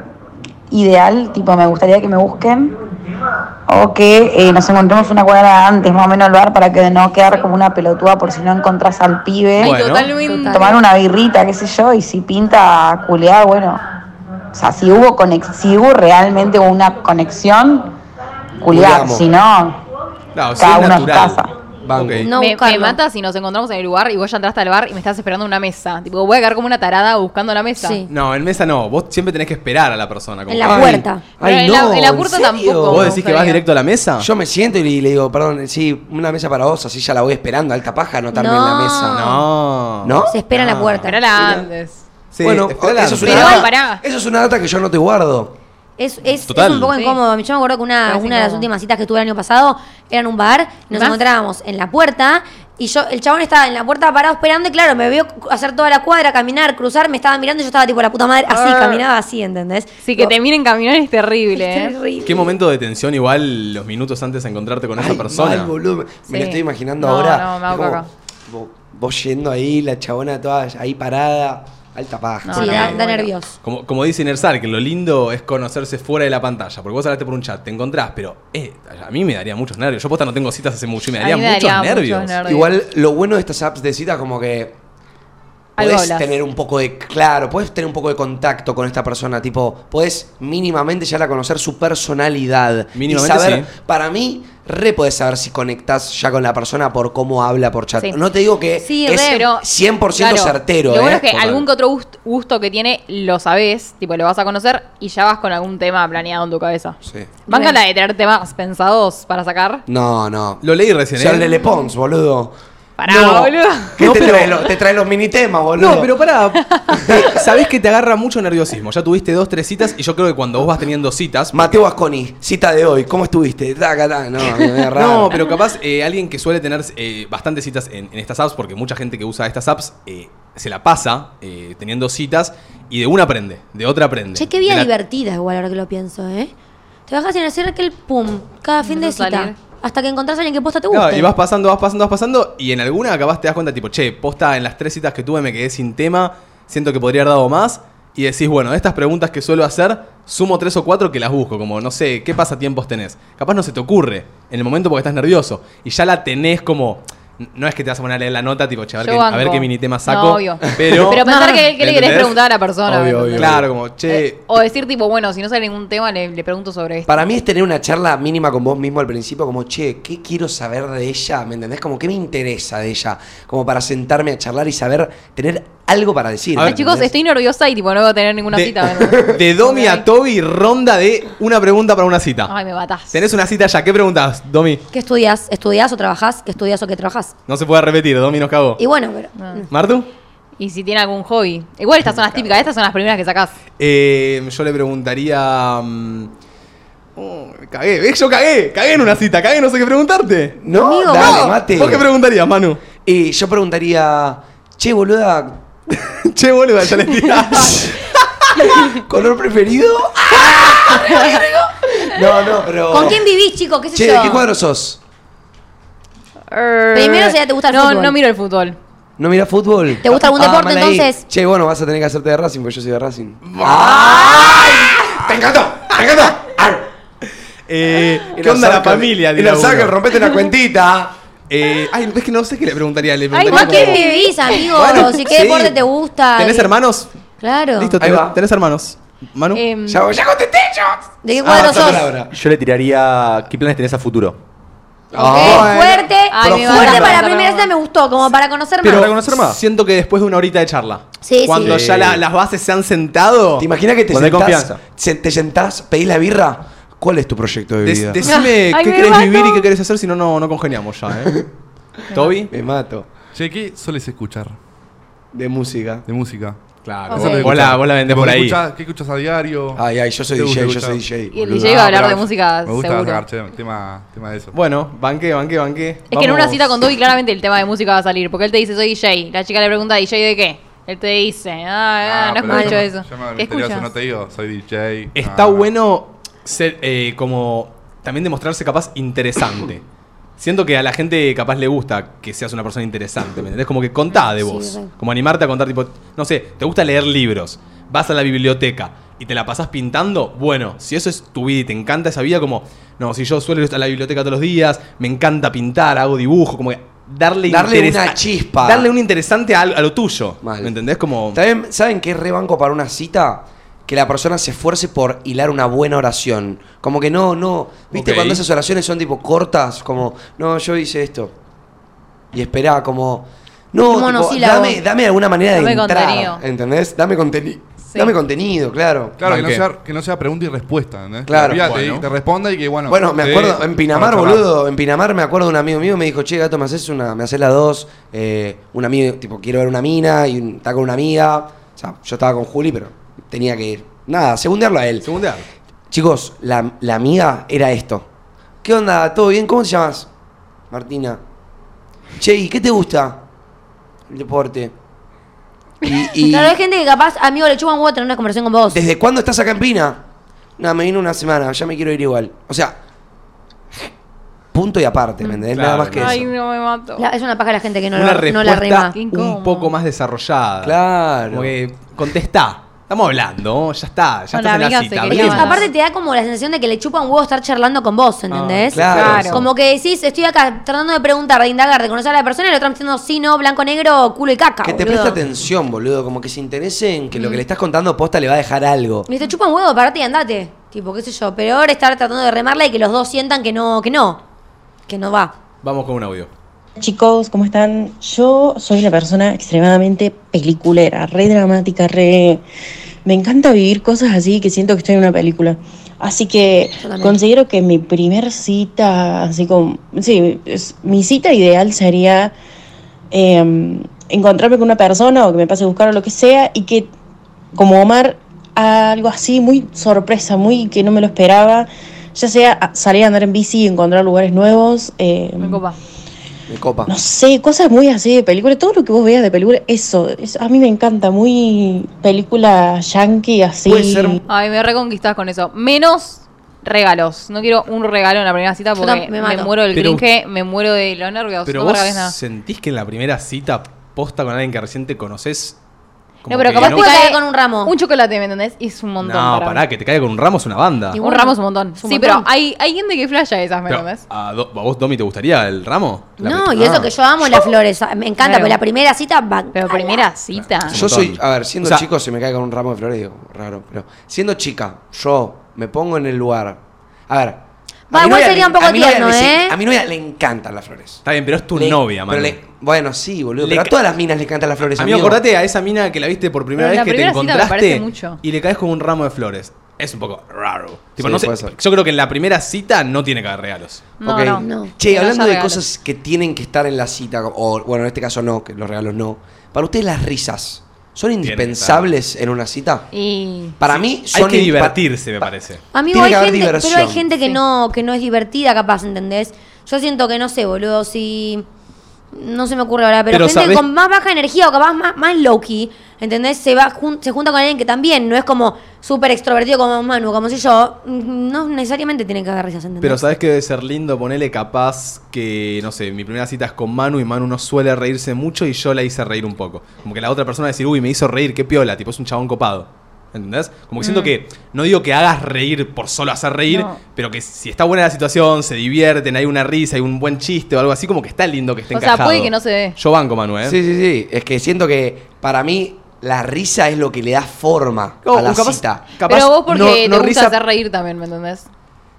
Speaker 6: ideal, tipo, me gustaría que me busquen o que eh, nos encontremos una cuadra antes, más o menos al bar, para que no quedar como una pelotuda por si no encontrás al pibe.
Speaker 1: Bueno.
Speaker 4: Ay, totalmente.
Speaker 6: Tomar una birrita, qué sé yo, y si pinta culear, bueno. O sea, si hubo, conex si hubo realmente una conexión, culear.
Speaker 2: Culeamos.
Speaker 6: Si no,
Speaker 1: Claro,
Speaker 6: Cada
Speaker 1: sí,
Speaker 6: uno a su
Speaker 1: natural.
Speaker 6: casa.
Speaker 2: Banco.
Speaker 1: Ok.
Speaker 3: No
Speaker 4: me,
Speaker 3: buscarlo.
Speaker 4: me mata si nos encontramos en el lugar y vos ya entraste al bar y me estás esperando en una mesa. Tipo, voy a quedar como una tarada buscando la mesa.
Speaker 3: Sí.
Speaker 1: No, en mesa no. Vos siempre tenés que esperar a la persona. como
Speaker 3: En la
Speaker 1: que-
Speaker 2: Ay,
Speaker 3: puerta.
Speaker 2: ay,
Speaker 4: Pero en la-
Speaker 2: no,
Speaker 4: en la puerta
Speaker 2: serio? Ah.
Speaker 4: tampoco.
Speaker 1: ¿Vos decís que vas
Speaker 4: Estaría.
Speaker 1: directo a la mesa?
Speaker 2: Yo me siento y le digo, perdón, sí, una mesa para vos, así ya la voy esperando, alta paja anotarme en la
Speaker 3: No.
Speaker 2: mesa.
Speaker 1: No.
Speaker 2: ¿No?
Speaker 3: Se espera en la puerta.
Speaker 4: Esperala antes.
Speaker 1: Ah. Sí,
Speaker 2: bueno,
Speaker 1: esperala.
Speaker 2: eso es,
Speaker 4: Pero
Speaker 2: una data,
Speaker 4: pará.
Speaker 2: eso es una data que yo no te guardo.
Speaker 3: Es, es,
Speaker 1: Total.
Speaker 3: es un poco
Speaker 4: Sí.
Speaker 3: incómodo. Yo me acuerdo que una,
Speaker 4: Parece
Speaker 3: una de las
Speaker 4: incómodo.
Speaker 3: últimas citas que tuve el año pasado era en un bar y nos
Speaker 4: ¿Más?
Speaker 3: encontrábamos en la puerta y yo, el chabón estaba en la puerta parado esperando y claro, me vio hacer toda la cuadra, caminar, cruzar, me estaba mirando y yo estaba tipo la puta madre, así,
Speaker 4: Arr.
Speaker 3: caminaba así, ¿entendés?
Speaker 4: Ah. Sí, que te miren caminar es terrible.
Speaker 3: Es
Speaker 4: ¿eh?
Speaker 3: terrible.
Speaker 1: Qué momento de tensión igual los minutos antes de encontrarte con esa
Speaker 2: Ay,
Speaker 1: persona.
Speaker 2: mal, boludo. Me lo
Speaker 4: Sí.
Speaker 2: estoy imaginando
Speaker 4: No,
Speaker 2: ahora.
Speaker 4: no, me hago
Speaker 2: como-
Speaker 4: caca.
Speaker 2: como Vos yendo ahí, la chabona toda ahí parada, alta paja.
Speaker 4: No,
Speaker 3: sí,
Speaker 4: no,
Speaker 3: da,
Speaker 4: no,
Speaker 3: da
Speaker 4: bueno.
Speaker 3: nervios.
Speaker 1: Como, como dice Nersal, que lo lindo es conocerse fuera de la pantalla. Porque vos hablaste por un chat, te encontrás, pero eh, a mí me daría muchos nervios. Yo posta no tengo citas hace mucho y me
Speaker 4: A
Speaker 1: daría,
Speaker 4: mí me
Speaker 1: muchos,
Speaker 4: daría muchos
Speaker 1: nervios.
Speaker 4: nervios.
Speaker 2: Igual lo bueno de estas apps de cita como que
Speaker 4: Algo
Speaker 2: podés
Speaker 4: hablas.
Speaker 2: tener un poco de claro, podés tener un poco de contacto con esta persona, tipo, podés mínimamente ya la conocer su personalidad
Speaker 1: Mínimamente,
Speaker 2: y saber,
Speaker 1: sí.
Speaker 2: para mí re podés saber si conectás ya con la persona por cómo habla por chat.
Speaker 4: Sí.
Speaker 2: No te digo que
Speaker 3: Sí,
Speaker 2: es
Speaker 3: re,
Speaker 4: pero-
Speaker 2: 100%
Speaker 4: claro.
Speaker 2: certero,
Speaker 4: Lo bueno
Speaker 2: ¿eh?
Speaker 4: es que
Speaker 2: Total.
Speaker 4: algún que otro gust- gusto que tiene lo sabés, tipo lo vas a conocer y ya vas con algún tema planeado en tu cabeza.
Speaker 2: Sí.
Speaker 4: Banca la de tener temas pensados para sacar.
Speaker 2: No, no.
Speaker 1: Lo leí recién,
Speaker 2: Son
Speaker 1: ¿eh?
Speaker 2: Lele Pons, boludo.
Speaker 4: Pará,
Speaker 1: No.
Speaker 4: boludo. Eh,
Speaker 2: ¿Qué
Speaker 1: No,
Speaker 2: te,
Speaker 1: pero-
Speaker 2: trae los, te trae los minitemas, boludo.
Speaker 1: No, pero pará. te- Sabés que te agarra mucho nerviosismo. Ya tuviste dos, tres citas y yo creo que cuando vos vas teniendo citas.
Speaker 2: Mateo Asconi, cita de hoy, ¿cómo estuviste? Taca, taca. No, me voy a agarrar.
Speaker 1: No, pero capaz eh, alguien que suele tener eh, bastantes citas en, en estas apps, porque mucha gente que usa estas apps eh, se la pasa eh, teniendo citas y de una aprende, de otra aprende.
Speaker 3: Che, qué vida
Speaker 1: De la-
Speaker 3: divertida igual ahora que lo pienso, ¿eh? Te bajas sin hacer aquel pum, cada fin de
Speaker 4: Empezó a
Speaker 3: cita.
Speaker 4: salir.
Speaker 3: Hasta que encontrás a alguien que posta te guste.
Speaker 1: Claro, y vas pasando, vas pasando, vas pasando, y en alguna acabas te das cuenta, tipo, che, posta en las tres citas que tuve me quedé sin tema, siento que podría haber dado más. Y decís, bueno, estas preguntas que suelo hacer, sumo tres o cuatro que las busco, como no sé, ¿qué pasatiempos tenés? Capaz no se te ocurre en el momento porque estás nervioso. Y ya la tenés como. No es que te vas a poner a leer la nota, tipo, che, a ver,
Speaker 4: Yo
Speaker 1: qué, a
Speaker 4: banco.
Speaker 1: ver qué mini tema saco.
Speaker 4: No, obvio.
Speaker 1: Pero,
Speaker 4: Pero pensar que, que le querés
Speaker 1: ¿Entendés?
Speaker 4: preguntar a la persona.
Speaker 2: Obvio,
Speaker 4: ¿entendés?
Speaker 2: obvio.
Speaker 1: Claro, como, che.
Speaker 4: Eh, o decir, tipo, bueno, si no sale ningún tema, le, le pregunto sobre esto.
Speaker 2: Para mí es tener una charla mínima con vos mismo al principio, como, che, ¿qué quiero saber de ella? ¿Me entendés? Como, ¿qué me interesa de ella? Como para sentarme a charlar y saber, tener algo para decir.
Speaker 1: A
Speaker 4: Ay,
Speaker 1: ver,
Speaker 4: chicos,
Speaker 2: ¿entendés?
Speaker 4: estoy nerviosa y, tipo, no voy a tener ninguna
Speaker 1: de,
Speaker 4: cita. ¿verdad?
Speaker 1: de Domi
Speaker 4: Ay,
Speaker 1: a Toby, ronda de una pregunta para una
Speaker 2: Ah.
Speaker 1: cita.
Speaker 4: Ay, me matás.
Speaker 1: Tenés una cita ya, ¿qué preguntas, Domi?
Speaker 3: ¿Qué estudias? ¿Estudias o trabajás? ¿Qué estudias o qué trabajás?
Speaker 1: No se puede repetir, Domi nos cagó.
Speaker 3: Y bueno, pero.
Speaker 4: Ah.
Speaker 1: ¿Martu?
Speaker 4: Y si tiene algún hobby. Igual estas son las típicas, estas son las primeras que sacás.
Speaker 1: Eh, yo le preguntaría. mm, oh, me cagué, ¿ves? Yo cagué, cagué en una cita, cagué, no sé qué preguntarte.
Speaker 2: No,
Speaker 3: Amigo,
Speaker 2: dale,
Speaker 3: no.
Speaker 2: mate.
Speaker 1: ¿Vos qué preguntarías, Manu?
Speaker 2: Y yo preguntaría, che, boluda,
Speaker 1: che, boludo, ya le tirás.
Speaker 2: ¿color preferido? no, no, pero.
Speaker 3: ¿Con
Speaker 1: Oh.
Speaker 3: quién vivís, chicos? ¿Qué sé
Speaker 2: Che,
Speaker 3: yo?
Speaker 2: ¿de qué cuadro sos?
Speaker 4: Primero
Speaker 3: si ya te gusta el
Speaker 4: Eh, no,
Speaker 3: fútbol.
Speaker 4: No miro el fútbol.
Speaker 2: ¿No mirás fútbol?
Speaker 3: ¿Te gusta algún deporte,
Speaker 2: mal ahí.
Speaker 3: entonces? Mm.
Speaker 2: Che, bueno, vas a tener que hacerte de Racing porque yo soy de Racing.
Speaker 1: ¡Te encantó! ¡Te encantó! Eh,
Speaker 2: Y
Speaker 1: ¿Qué
Speaker 2: lo
Speaker 1: onda la
Speaker 2: saca-
Speaker 1: familia?
Speaker 2: Y
Speaker 1: diría
Speaker 2: lo saca,
Speaker 1: uno.
Speaker 2: rompete una cuentita.
Speaker 1: Eh, ay, es que no sé qué le preguntaría. Le
Speaker 4: Ay,
Speaker 1: preguntaría
Speaker 3: ¿Con
Speaker 4: ¿Vos
Speaker 1: como-
Speaker 3: quién vivís, amigo?
Speaker 1: Bueno,
Speaker 3: ¿Si qué
Speaker 1: sí.
Speaker 3: deporte te gusta?
Speaker 1: ¿Tenés
Speaker 3: ¿Qué-
Speaker 1: hermanos?
Speaker 3: Claro. Eh,
Speaker 1: Listo,
Speaker 2: Ahí
Speaker 1: tenés,
Speaker 2: va.
Speaker 1: tenés hermanos. Manu.
Speaker 4: Em,
Speaker 2: Ya, ya contesté yo. Ah,
Speaker 3: ¿De
Speaker 1: Ah,
Speaker 3: qué cuadro
Speaker 2: otra
Speaker 3: sos?
Speaker 2: palabra.
Speaker 5: Yo le tiraría. ¿Qué planes tenés a futuro?
Speaker 3: Ok,
Speaker 2: Ah,
Speaker 3: fuerte.
Speaker 4: Ay,
Speaker 2: me va
Speaker 3: fuerte
Speaker 2: ganando,
Speaker 4: me
Speaker 3: para la
Speaker 4: va
Speaker 3: primera
Speaker 4: ganando.
Speaker 3: cita me gustó, como para conocer
Speaker 5: Pero-
Speaker 1: Pero
Speaker 5: ¿Para
Speaker 3: más.
Speaker 5: conocer más?
Speaker 1: siento que después de una horita de charla,
Speaker 3: Sí, sí.
Speaker 1: cuando ya la- las bases se han sentado,
Speaker 2: ¿Te imaginas que te
Speaker 5: Oh. Cuando hay
Speaker 2: sentás,
Speaker 5: confianza.
Speaker 2: se- te sentás, pedís la birra? ¿Cuál es tu proyecto de vida?
Speaker 1: Des- decime
Speaker 4: Ay,
Speaker 1: qué
Speaker 4: me
Speaker 1: querés
Speaker 4: mato.
Speaker 1: vivir y qué querés hacer, si no, no, no congeniamos ya, ¿eh? ¿Toby?
Speaker 2: Me mato.
Speaker 7: Che, ¿qué sueles escuchar
Speaker 2: De música.
Speaker 7: de música?
Speaker 1: Claro,
Speaker 4: Ok.
Speaker 1: vos, vos la, vos la vendés
Speaker 7: Tipo,
Speaker 1: por
Speaker 7: ¿qué
Speaker 1: ahí.
Speaker 7: escuchás- ¿Qué escuchas a diario?
Speaker 2: Ay, ay, yo soy
Speaker 7: ¿Te gusta
Speaker 2: DJ, yo soy
Speaker 7: escuchar?
Speaker 2: DJ.
Speaker 4: Y el
Speaker 2: boludo.
Speaker 4: DJ va a hablar
Speaker 7: pero
Speaker 4: de música,
Speaker 7: Me gusta
Speaker 4: seguro.
Speaker 7: sacar che- tema, tema de eso.
Speaker 1: Bueno, banqué, banqué, banqué.
Speaker 4: Es que en una cita con Toby claramente el tema de música va a salir, porque él te dice soy DJ, la chica le pregunta DJ de qué, él te dice, ah, ah, no
Speaker 7: pero
Speaker 4: escucho
Speaker 7: yo-
Speaker 4: eso.
Speaker 7: yo me
Speaker 4: ¿Qué
Speaker 7: metería,
Speaker 4: escuchas?
Speaker 7: No te digo, soy DJ.
Speaker 1: Está
Speaker 7: ah.
Speaker 1: bueno ser eh, como también demostrarse capaz interesante. Siento que a la gente capaz le gusta que seas una persona interesante, ¿me entendés? Como que contá de
Speaker 3: Sí,
Speaker 1: vos.
Speaker 3: re.
Speaker 1: como animarte a contar, tipo, no sé, te gusta leer libros, vas a la biblioteca y te la pasás pintando, bueno, si eso es tu vida y te encanta esa vida, como, no, si yo suelo ir a la biblioteca todos los días, me encanta pintar, hago dibujo, como que darle,
Speaker 2: Darle
Speaker 1: interes-
Speaker 2: una chispa.
Speaker 1: Darle un interesante a, a lo tuyo.
Speaker 2: Mal.
Speaker 1: ¿Me entendés? Como...
Speaker 2: ¿Saben, ¿Saben qué es rebanco para una cita? Que la persona se esfuerce por hilar una buena oración. Como que no, no. ¿Viste
Speaker 1: Ok.
Speaker 2: cuando esas oraciones son tipo cortas? Como, no, yo hice esto. Y esperá, como. No, tipo,
Speaker 3: Monosílabo.
Speaker 2: dame, dame alguna manera de
Speaker 4: Dame
Speaker 2: entrar.
Speaker 4: contenido.
Speaker 2: ¿Entendés? Dame contenido.
Speaker 4: Sí.
Speaker 2: Dame contenido, claro.
Speaker 7: Claro, que no,
Speaker 1: Banqué.
Speaker 7: sea, que no sea pregunta y respuesta, ¿entendés?
Speaker 2: Claro.
Speaker 7: Que la piba te-
Speaker 1: Bueno.
Speaker 7: te responda y que, bueno...
Speaker 2: Bueno, me
Speaker 7: te-
Speaker 2: acuerdo, en Pinamar,
Speaker 7: para charlar.
Speaker 2: boludo, en Pinamar me acuerdo un amigo mío me dijo, che, gato, me haces una, me haces las dos, eh, un amigo, tipo, quiero ver una mina y un, está con una amiga. O sea, yo estaba con Juli, pero tenía que ir. Nada, segundearlo a él.
Speaker 1: Segunda.
Speaker 2: Chicos, la, la amiga era esto. ¿Qué onda? ¿Todo bien? ¿Cómo te llamas? Martina. Che, ¿y qué te gusta? El deporte. Y, y-
Speaker 3: Claro, hay gente que capaz, amigo, le chupan un huevo tener una conversación con vos.
Speaker 2: ¿Desde cuándo estás acá en Pina? No, me vino una semana, ya me quiero ir igual. O sea, punto y aparte, ¿me entendés? Nada
Speaker 1: Claro,
Speaker 2: más que
Speaker 4: Ay,
Speaker 2: eso.
Speaker 4: no me mato.
Speaker 3: La- es una paja la gente que no,
Speaker 1: una
Speaker 3: la,
Speaker 1: respuesta
Speaker 3: no la rema.
Speaker 4: Qué incómodo.
Speaker 1: un poco más desarrollada.
Speaker 2: Claro.
Speaker 1: Como que contestá. Estamos hablando, ya está, ya
Speaker 4: Con la
Speaker 1: estás en
Speaker 4: amiga
Speaker 1: la cita.
Speaker 4: se quería
Speaker 3: Es que
Speaker 1: hablemos.
Speaker 4: Digamos.
Speaker 3: aparte te da como la sensación de que le chupa un huevo estar charlando con vos, ¿entendés?
Speaker 2: claro.
Speaker 4: Claro.
Speaker 3: Como que decís, estoy acá tratando de preguntar, de indagar, de conocer a la persona y la otra me está diciendo sí, no, blanco, negro, culo y caca.
Speaker 2: Que te
Speaker 3: Ah, boludo. Mm.
Speaker 2: preste atención, boludo. Como que se interese en que lo que le estás contando posta le va a dejar algo.
Speaker 3: Y te chupa un huevo, parate y andate. Tipo, qué sé yo. Pero ahora estar tratando de remarla y que los dos sientan que no, que no. Que no va.
Speaker 1: Vamos con un audio.
Speaker 8: Chicos, ¿cómo están? Yo soy una persona extremadamente peliculera, re dramática, re... Me encanta vivir cosas así que siento que estoy en una película. Así que
Speaker 3: Yo también.
Speaker 8: considero que mi primer cita, así como... Sí, es- mi cita ideal sería eh, encontrarme con una persona o que me pase a buscar o lo que sea y que, como Omar, algo así, muy sorpresa, muy que no me lo esperaba, ya sea a- salir a andar en bici, encontrar lugares nuevos. eh,
Speaker 4: Me copa.
Speaker 2: Me copa.
Speaker 8: no sé, cosas muy así de película. Todo lo que vos veas de película, eso, eso a mí me encanta. Muy película yankee, así.
Speaker 2: Puede ser-
Speaker 4: Ay, me reconquistás con eso. Menos regalos. No quiero un regalo en la primera cita porque
Speaker 3: tam-
Speaker 4: me,
Speaker 3: me mato.
Speaker 4: muero del
Speaker 1: Pero-
Speaker 4: cringe, me muero de los nervios.
Speaker 1: Pero
Speaker 4: no me
Speaker 1: vos
Speaker 4: regales nada.
Speaker 1: sentís que en la primera cita posta con alguien que recién te conoces, Como
Speaker 4: No, pero
Speaker 1: que
Speaker 4: capaz
Speaker 1: no-
Speaker 4: te
Speaker 3: Puede
Speaker 4: cae
Speaker 3: caer con un ramo.
Speaker 4: Un chocolate, ¿me entendés? Y es un montón.
Speaker 1: No,
Speaker 4: para
Speaker 1: pará,
Speaker 4: mí.
Speaker 1: que te caiga con un ramo es una banda.
Speaker 3: Y
Speaker 4: Un ramo es un montón.
Speaker 3: Es
Speaker 4: Sí,
Speaker 3: un
Speaker 4: pero
Speaker 3: montón.
Speaker 4: hay, hay gente que flashea esas, ¿me
Speaker 1: Pero,
Speaker 4: entendés?
Speaker 1: a, do- ¿A vos, Domi, te gustaría el ramo? La
Speaker 3: No,
Speaker 1: pet-
Speaker 3: y eso
Speaker 1: Ah.
Speaker 3: que yo amo las flores. Me encanta,
Speaker 4: Claro.
Speaker 3: pero la primera cita va.
Speaker 4: Pero primera cita.
Speaker 1: un
Speaker 2: Yo soy,
Speaker 1: montón.
Speaker 2: a ver, siendo
Speaker 1: O sea-
Speaker 2: chico se me cae con un ramo de flores, digo, raro, pero siendo chica, yo me pongo en el lugar. A ver.
Speaker 3: Va,
Speaker 2: mi
Speaker 3: igual
Speaker 2: novia
Speaker 3: sería
Speaker 2: le-
Speaker 3: un poco
Speaker 2: a mi novia
Speaker 3: tierno,
Speaker 2: le- sí,
Speaker 3: ¿eh?
Speaker 2: A mi novia le encantan las flores.
Speaker 1: Está bien, pero es tu
Speaker 2: Le-
Speaker 1: novia, mano.
Speaker 2: pero le- bueno, sí, boludo,
Speaker 1: Le
Speaker 2: pero a
Speaker 1: ca-
Speaker 2: todas las minas le encantan las flores.
Speaker 1: Amigo, acordate a esa mina que la viste por primera
Speaker 4: Pero
Speaker 1: vez
Speaker 4: la
Speaker 1: que
Speaker 4: primera
Speaker 1: te
Speaker 4: cita me
Speaker 1: encontraste
Speaker 4: parece mucho.
Speaker 1: y le caes con un ramo de flores. Es un poco raro. Tipo,
Speaker 2: Sí,
Speaker 1: no sé,
Speaker 2: puede ser.
Speaker 1: yo creo que en la primera cita no tiene que haber regalos.
Speaker 4: No,
Speaker 2: Ok.
Speaker 4: no,
Speaker 3: no.
Speaker 2: Che,
Speaker 4: No
Speaker 2: hablando
Speaker 4: haya
Speaker 2: de
Speaker 4: regalos.
Speaker 2: cosas que tienen que estar en la cita, o bueno, en este caso no, que los regalos no. Para ustedes las risas, ¿son
Speaker 1: que estar.
Speaker 2: indispensables en una cita?
Speaker 4: Y.
Speaker 2: Para mí
Speaker 1: Hay
Speaker 2: son
Speaker 1: que
Speaker 2: in-
Speaker 1: divertirse, me
Speaker 2: pa-
Speaker 1: parece.
Speaker 3: Amigo,
Speaker 2: Tiene
Speaker 3: hay
Speaker 2: que haber
Speaker 3: gente,
Speaker 2: diversión.
Speaker 3: pero hay gente que
Speaker 4: Sí.
Speaker 3: no que no es divertida, capaz, ¿entendés? Yo siento que no sé, boludo, si no se me ocurre ahora, pero,
Speaker 1: Pero
Speaker 3: gente
Speaker 1: sabés-
Speaker 3: con más baja energía o capaz más, más low key, ¿entendés? Se va jun- se junta con alguien que también no es como súper extrovertido como Manu, como si yo, Mm, no necesariamente tienen que haber risas, ¿entendés?
Speaker 1: Pero sabes que debe ser lindo ponerle capaz que, no sé, mi primera cita es con Manu y Manu no suele reírse mucho y yo la hice reír un poco. Como que la otra persona decir, uy, me hizo reír, qué piola, tipo, es un chabón copado. ¿Entendés? Como que siento que, no digo que hagas reír por solo hacer reír,
Speaker 4: Mm. No.
Speaker 1: pero que si está buena la situación, se divierten, hay una risa, hay un buen chiste o algo así, como que está lindo que esté
Speaker 4: O sea,
Speaker 1: encajado.
Speaker 4: puede que no se dé.
Speaker 1: Yo banco, Manu, ¿eh?
Speaker 2: Sí, sí, sí. Es que siento que para mí la risa es lo que le da forma
Speaker 1: No,
Speaker 2: a la
Speaker 1: capaz-
Speaker 2: cita.
Speaker 1: capaz
Speaker 4: pero vos porque
Speaker 1: no-
Speaker 4: te
Speaker 1: no
Speaker 4: gusta
Speaker 1: risa-
Speaker 4: hacer reír también, ¿me entendés?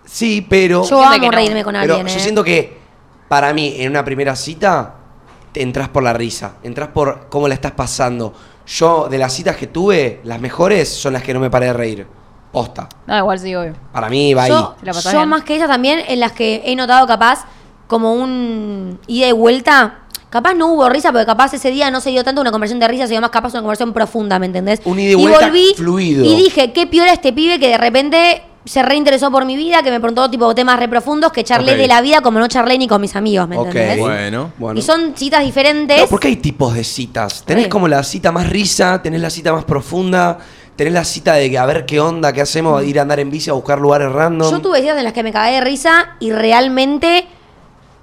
Speaker 2: Sí, pero.
Speaker 3: yo
Speaker 4: gente que
Speaker 3: amo
Speaker 4: no.
Speaker 3: reírme con
Speaker 2: pero
Speaker 3: alguien,
Speaker 2: yo
Speaker 3: ¿eh?
Speaker 2: siento que para mí, en una primera cita, te entras por la risa. Entras por cómo la estás pasando. Yo, de las citas que tuve, las mejores son las que no me paré de reír. Posta.
Speaker 4: No, Ah, igual sí, obvio.
Speaker 2: Para mí va
Speaker 3: Yo,
Speaker 2: ahí.
Speaker 4: La pasás
Speaker 3: yo
Speaker 4: bien.
Speaker 3: más que ellas también, en las que he notado capaz como un ida y vuelta. Capaz no hubo risa, porque capaz ese día no se dio tanto una conversión de risa, sino más capaz una conversión profunda, ¿me entendés?
Speaker 2: Un ida y vuelta
Speaker 3: volví
Speaker 2: fluido.
Speaker 3: Y dije, qué piola este pibe que de repente se reinteresó por mi vida, que me preguntó tipo temas re profundos, que charlé
Speaker 1: Ok.
Speaker 3: de la vida como no charlé ni con mis amigos, ¿me
Speaker 2: Ok.
Speaker 3: entendés?
Speaker 1: Bueno.
Speaker 2: Bueno.
Speaker 3: Y son citas diferentes.
Speaker 2: No, porque hay tipos de citas. Tenés
Speaker 3: Sí.
Speaker 2: como la cita más risa, tenés la cita más profunda, tenés la cita de que a ver qué onda, qué hacemos, ir a andar en bici a buscar lugares random.
Speaker 3: Yo tuve días en las que me cagué de risa y realmente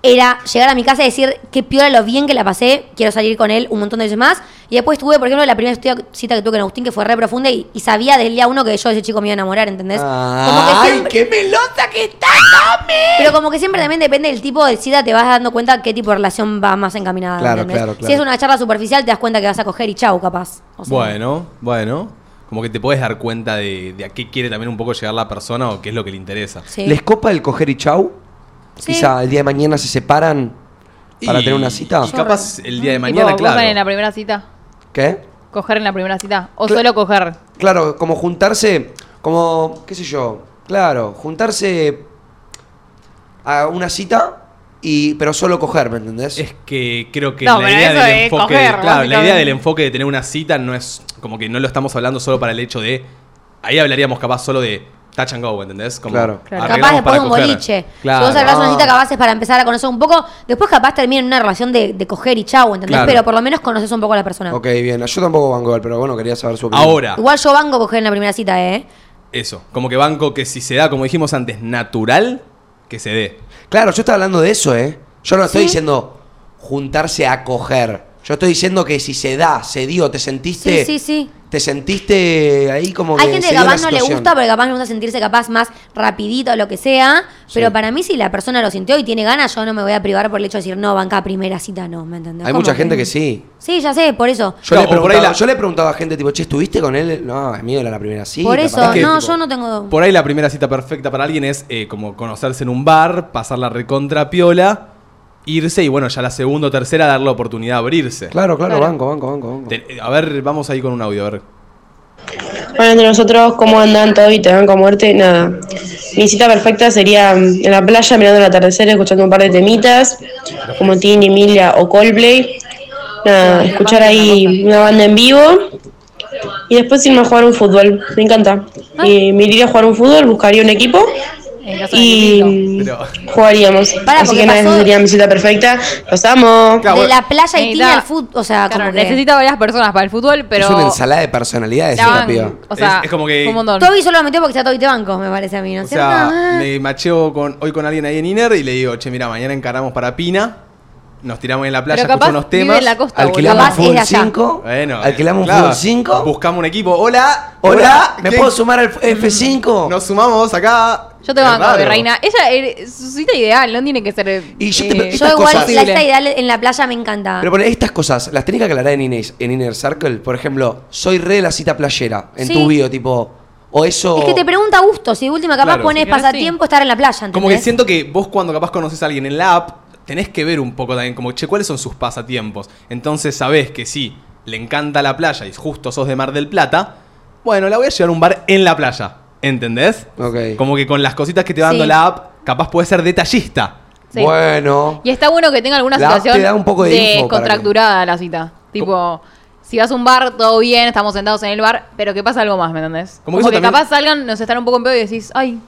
Speaker 3: era llegar a mi casa y decir qué piola lo bien que la pasé, quiero salir con él un montón de veces más. Y después tuve, por ejemplo, la primera estu- cita que tuve con Agustín, que fue re profunda y, y sabía desde el día uno que yo, ese chico, me iba a enamorar, ¿entendés? como que
Speaker 2: ¡Ay,
Speaker 3: siempre,
Speaker 2: qué melota que está, Domi!
Speaker 3: Pero como que siempre también depende del tipo de cita, te vas dando cuenta qué tipo de relación va más encaminada.
Speaker 2: Claro,
Speaker 3: ¿entendés?
Speaker 2: claro, claro.
Speaker 3: Si es una charla superficial, te das cuenta que vas a coger y chau, capaz. O sea,
Speaker 1: Bueno, bueno. Como que te podés dar cuenta de, de a qué quiere también un poco llegar la persona o qué es lo que le interesa.
Speaker 3: sí.
Speaker 2: ¿Les copa el coger y chau?
Speaker 3: Sí.
Speaker 2: Quizá el día de mañana se separan para
Speaker 1: Y-
Speaker 2: tener una cita.
Speaker 1: Y capaz el día de
Speaker 4: Tipo,
Speaker 1: mañana, claro.
Speaker 4: coger en la primera cita.
Speaker 2: ¿Qué?
Speaker 4: Coger en la primera cita. O
Speaker 2: Cla-
Speaker 4: solo coger.
Speaker 2: Claro, como juntarse, como, qué sé yo, claro, juntarse a una cita y pero solo coger, ¿me entendés?
Speaker 1: Es que creo que
Speaker 4: No,
Speaker 1: la,
Speaker 4: pero
Speaker 1: idea
Speaker 4: eso
Speaker 1: del
Speaker 4: es
Speaker 1: enfoque,
Speaker 4: coger,
Speaker 1: claro, la idea
Speaker 4: básicamente.
Speaker 1: del enfoque de tener una cita no es como que no lo estamos hablando solo para el hecho de. Ahí hablaríamos capaz solo de touch and go, ¿entendés? Como
Speaker 2: Claro.
Speaker 4: Claro.
Speaker 1: arreglamos
Speaker 3: Capaz después
Speaker 1: para
Speaker 3: de un
Speaker 1: coger.
Speaker 3: boliche.
Speaker 1: Claro.
Speaker 3: Si vos arreglás una cita capaz es para empezar a conocer un poco. Después capaz termina en una relación de, de coger y chau, ¿entendés?
Speaker 1: Claro.
Speaker 3: Pero por lo menos conoces un poco a la persona.
Speaker 2: Ok, Ah. bien. Yo tampoco banco igual, pero bueno, quería saber su opinión.
Speaker 1: Ahora,
Speaker 3: Igual yo banco coger en la primera cita, ¿eh?
Speaker 1: eso. Como que banco que si se da, como dijimos antes, natural, que se dé.
Speaker 2: Claro, yo estaba hablando de eso, ¿eh? Yo no estoy
Speaker 3: Sí.
Speaker 2: diciendo juntarse a coger. Yo estoy diciendo que si se da, se dio, te sentiste.
Speaker 3: Sí, sí, sí.
Speaker 2: Te sentiste ahí como
Speaker 3: Hay
Speaker 2: que
Speaker 3: gente que
Speaker 2: se dio la
Speaker 3: capaz no le
Speaker 2: situación.
Speaker 3: gusta porque capaz le gusta sentirse capaz más rapidito o lo que sea. Pero para mí si la persona lo sintió y tiene ganas, yo no me voy a privar por el hecho de decir, no, banca primera cita, no, ¿me entendés?
Speaker 2: Hay
Speaker 3: Como
Speaker 2: mucha gente que sí.
Speaker 3: Sí, ya sé, por eso.
Speaker 2: Yo,
Speaker 1: Claro,
Speaker 2: le
Speaker 1: o por ahí
Speaker 2: preguntaba-
Speaker 1: la-
Speaker 2: yo le he preguntado a gente tipo, che, ¿estuviste con él? No, es mío, era la primera cita.
Speaker 3: por eso,
Speaker 2: para mí,
Speaker 3: no,
Speaker 2: tipo,
Speaker 3: yo no tengo...
Speaker 1: Por ahí la primera cita perfecta para alguien es eh, como conocerse en un bar, pasar la recontra piola, irse y bueno, ya la segunda o tercera dar la oportunidad de abrirse.
Speaker 2: Claro, claro,
Speaker 4: Claro.
Speaker 2: banco, banco, banco, banco.
Speaker 1: Te- a ver, vamos ahí con un audio, a ver.
Speaker 8: Bueno, entre nosotros, ¿cómo andan todo y te dan como muerte? Nada. Mi cita perfecta sería mm, en la playa mirando el atardecer, escuchando un par de temitas, como Tini, Emilia o Coldplay. Nada, escuchar ahí una banda en vivo. Y después irme a jugar un fútbol. Me encanta. Y me iría a jugar un fútbol, buscaría un equipo
Speaker 4: En caso de
Speaker 8: y
Speaker 4: Lilito.
Speaker 8: mm,
Speaker 1: Pero-
Speaker 8: jugaríamos.
Speaker 3: Pará,
Speaker 8: Así
Speaker 3: porque
Speaker 8: que nada, esa
Speaker 3: pasó-
Speaker 8: sería mi cita perfecta. Los amo.
Speaker 1: Claro,
Speaker 3: de
Speaker 1: bueno.
Speaker 3: la playa y tiene
Speaker 4: Necesita-
Speaker 3: al fútbol, o sea,
Speaker 4: Claro,
Speaker 3: como que...
Speaker 4: necesita varias personas para el fútbol, pero.
Speaker 2: Es una ensalada de personalidades,
Speaker 4: la
Speaker 2: esta
Speaker 4: van-
Speaker 2: piba.
Speaker 4: O sea,
Speaker 1: Es- es como que-
Speaker 4: un montón.
Speaker 3: Toby solo lo metió porque está Toby te banco, me parece a mí, ¿no
Speaker 1: O
Speaker 3: es cierto? Ah.
Speaker 1: sea, me macheo con, hoy con alguien ahí en Iner y le digo, che, mira, mañana encaramos para Pina. nos tiramos en la playa,
Speaker 4: Pero capaz
Speaker 1: escuchamos unos
Speaker 4: vive
Speaker 1: temas.
Speaker 4: en la costa,
Speaker 2: Alquilamos
Speaker 3: Capaz
Speaker 2: un Full
Speaker 3: es allá.
Speaker 2: 5.
Speaker 1: Bueno, eh,
Speaker 2: alquilamos
Speaker 1: claro,
Speaker 2: un Full 5.
Speaker 1: Buscamos un equipo. Hola,
Speaker 2: Hola, ¿me
Speaker 1: ¿quién-
Speaker 2: puedo sumar al F5?
Speaker 1: Nos sumamos acá.
Speaker 4: Yo te banco,
Speaker 1: Raro.
Speaker 4: reina. Ella, eh, su cita ideal, no tiene que ser.
Speaker 2: Y yo
Speaker 4: eh,
Speaker 2: te-
Speaker 3: Yo
Speaker 2: Estas
Speaker 3: igual,
Speaker 2: cosas-
Speaker 3: la esta ideal en la playa me encanta.
Speaker 2: Pero por estas cosas, las tenés que aclarar en, Inés, en Inner Circle. Por ejemplo, soy re de la cita playera en
Speaker 3: Sí.
Speaker 2: tu bio, tipo. O eso.
Speaker 3: Es que te pregunta a gusto, si de última capaz
Speaker 1: Claro,
Speaker 3: pones
Speaker 4: sí, pero
Speaker 3: pasatiempo estar en la playa, ¿entendés?
Speaker 1: Como que siento que vos cuando capaz conoces a alguien en la app, tenés que ver un poco también, como, che, ¿cuáles son sus pasatiempos? Entonces sabés que si le encanta la playa y justo sos de Mar del Plata, bueno, la voy a llevar a un bar en la playa, ¿entendés?
Speaker 2: Ok.
Speaker 1: Como que con las cositas que te va dando
Speaker 4: Sí.
Speaker 1: la app, capaz puede ser detallista.
Speaker 4: Sí.
Speaker 2: Bueno.
Speaker 4: Y está bueno que tenga alguna
Speaker 2: La app te
Speaker 4: situación
Speaker 2: da un poco de info para
Speaker 4: descontracturada la cita. Tipo, si vas a un bar, todo bien, estamos sentados en el bar, pero que pasa algo más, ¿me entendés?
Speaker 1: Como
Speaker 4: Como,
Speaker 1: que eso
Speaker 4: que
Speaker 1: también-
Speaker 4: capaz salgan, nos están un poco en pedo y decís, ay,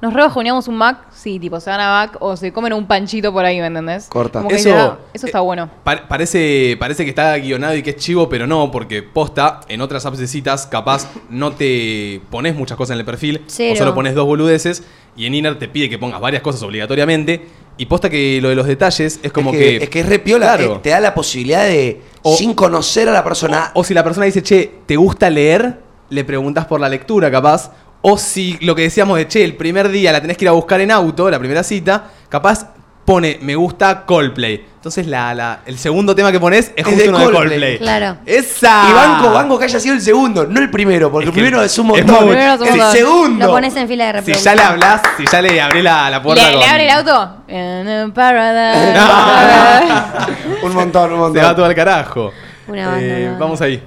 Speaker 4: nos rebajoneamos un Mac, sí, tipo, se van a Mac o se comen un panchito por ahí, ¿me entendés?
Speaker 2: Corta.
Speaker 4: Como que
Speaker 1: Eso,
Speaker 4: ya, eso está
Speaker 1: eh,
Speaker 4: bueno.
Speaker 1: Pa- parece, parece que está guionado y que es chivo, pero no, porque posta, en otras apps de citas, capaz no te pones muchas cosas en el perfil,
Speaker 3: Cero.
Speaker 1: o solo pones dos boludeces, y en Inner te pide que pongas varias cosas obligatoriamente, y posta que lo de los detalles es como
Speaker 2: es
Speaker 1: que,
Speaker 2: que, Es que es re piola.
Speaker 1: Claro.
Speaker 2: eh, te da la posibilidad de.
Speaker 1: O-
Speaker 2: sin conocer a la persona.
Speaker 1: Ah, O si la persona dice, che, ¿te gusta leer? Le preguntas por la lectura, capaz. O si lo que decíamos de, che, el primer día la tenés que ir a buscar en auto, la primera cita, capaz pone, me gusta Coldplay. Entonces la, la- el segundo tema que pones es
Speaker 2: Es
Speaker 1: justo
Speaker 2: de
Speaker 1: uno de
Speaker 2: Coldplay.
Speaker 1: Coldplay.
Speaker 3: Claro.
Speaker 1: ¡Esa!
Speaker 2: y banco, banco que haya sido el segundo, no el primero, porque
Speaker 1: Ah. Es
Speaker 2: el
Speaker 1: que
Speaker 2: primero es un
Speaker 1: es
Speaker 2: montón.
Speaker 1: muy-
Speaker 4: Primero es un
Speaker 2: el
Speaker 4: montón.
Speaker 2: segundo.
Speaker 3: Lo pones en fila de
Speaker 1: Si ya
Speaker 3: reproducción.
Speaker 1: le hablas, si ya le abrí la, la
Speaker 4: ¿Le,
Speaker 1: puerta con-
Speaker 4: le abre el auto? En el paradise.
Speaker 2: un montón, un
Speaker 1: Se va
Speaker 2: montón.
Speaker 1: todo al carajo.
Speaker 3: Una banda,
Speaker 1: Eh,
Speaker 3: una banda.
Speaker 1: Vamos ahí.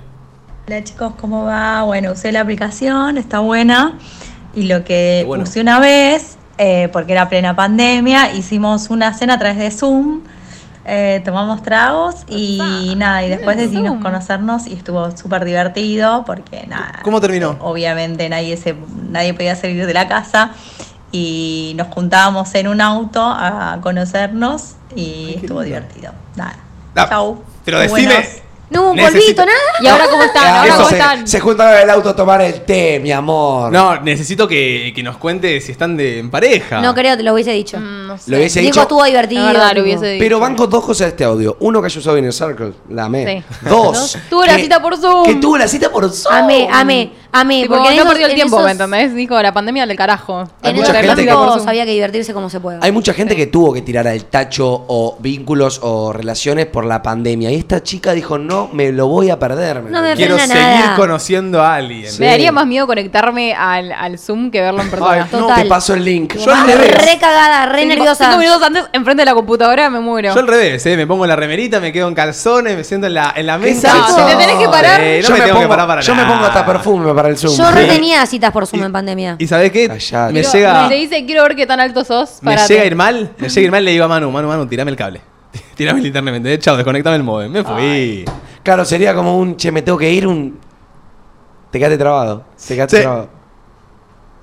Speaker 9: Hola chicos, ¿cómo va? Bueno, usé la aplicación, está buena. Y lo que
Speaker 1: Qué bueno.
Speaker 9: usé una vez, eh, porque era plena pandemia, hicimos una cena a través de Zoom, eh, tomamos tragos y nada, y después decidimos conocernos y estuvo súper divertido porque nada.
Speaker 1: ¿Cómo terminó?
Speaker 9: Obviamente nadie, se, nadie podía salir de la casa y nos juntábamos en un auto a conocernos y estuvo divertido. Nada.
Speaker 1: Ah,
Speaker 9: Chau.
Speaker 1: Pero
Speaker 9: Buenos.
Speaker 1: decime.
Speaker 3: No, un
Speaker 1: Necesito-
Speaker 3: polvito, nada.
Speaker 4: ¿Y ahora cómo están?
Speaker 2: Ah,
Speaker 4: ¿Ahora
Speaker 1: eso
Speaker 4: cómo
Speaker 2: se,
Speaker 4: están?
Speaker 2: se juntan en el auto a tomar el té, mi amor.
Speaker 1: No, necesito que, que nos cuente si están de, en pareja.
Speaker 3: No creo, te lo hubiese dicho.
Speaker 4: Mm, no sé.
Speaker 2: Lo hubiese
Speaker 3: Dijo,
Speaker 2: dicho.
Speaker 3: estuvo divertido.
Speaker 4: La verdad, lo
Speaker 3: tipo.
Speaker 4: hubiese dicho.
Speaker 2: Pero banco dos cosas de este audio. Uno que haya usado Inner Circle, la amé.
Speaker 4: Sí.
Speaker 2: Dos.
Speaker 4: Tuvo la
Speaker 2: que-
Speaker 4: cita por Zoom.
Speaker 2: Que tuvo la cita por Zoom.
Speaker 3: Amé, amé, amé.
Speaker 4: Tipo,
Speaker 3: porque en
Speaker 4: no
Speaker 3: esos-
Speaker 4: perdió el
Speaker 3: en
Speaker 4: tiempo,
Speaker 3: esos-
Speaker 4: ¿me entendés? Dijo, la pandemia del carajo.
Speaker 2: Hay
Speaker 3: En
Speaker 2: mucha
Speaker 3: esos
Speaker 2: gente que-
Speaker 3: tiempos había que divertirse como se pueda.
Speaker 2: Hay mucha gente que tuvo que tirar al tacho o vínculos o relaciones por la pandemia. Y esta chica dijo, no, me lo voy a perder.
Speaker 3: No me
Speaker 1: Quiero
Speaker 3: frena
Speaker 1: seguir
Speaker 3: nada.
Speaker 1: conociendo a alguien.
Speaker 2: Sí.
Speaker 4: Me daría más miedo conectarme al, al Zoom que verlo en persona.
Speaker 1: Ay,
Speaker 2: No,
Speaker 3: Total.
Speaker 2: te paso el link.
Speaker 1: Yo al revés.
Speaker 3: Re cagada,
Speaker 4: Sí,
Speaker 3: re
Speaker 4: tipo,
Speaker 3: nerviosa.
Speaker 4: Cinco minutos antes, enfrente de la computadora, me muero.
Speaker 1: Yo al revés, ¿eh? me pongo la remerita, me quedo en calzones, me siento en la, en la mesa.
Speaker 2: No,
Speaker 4: si te tenés que parar-
Speaker 1: Eh, no
Speaker 2: yo
Speaker 1: me,
Speaker 2: me,
Speaker 1: tengo
Speaker 2: pongo,
Speaker 1: que parar para
Speaker 2: yo me
Speaker 1: nada.
Speaker 2: pongo hasta perfume para el Zoom.
Speaker 3: Yo re
Speaker 1: Sí.
Speaker 3: tenía citas por Zoom
Speaker 1: Y-
Speaker 3: en pandemia.
Speaker 1: ¿Y sabés qué?
Speaker 2: Callate.
Speaker 1: Me
Speaker 4: Quiero-
Speaker 1: llega,
Speaker 4: Te dice, quiero ver qué tan alto sos.
Speaker 1: me
Speaker 4: parate".
Speaker 1: llega a ir mal, me llega a ir mal, le digo a Manu, Manu, Manu, tirame el cable. Tirame el internet, ¿me entendés? Chao, desconectame el modem. Me fui.
Speaker 2: Claro, sería como un, che, me tengo que ir, un... Te quedaste trabado. Te quedaste
Speaker 1: Sí.
Speaker 2: trabado.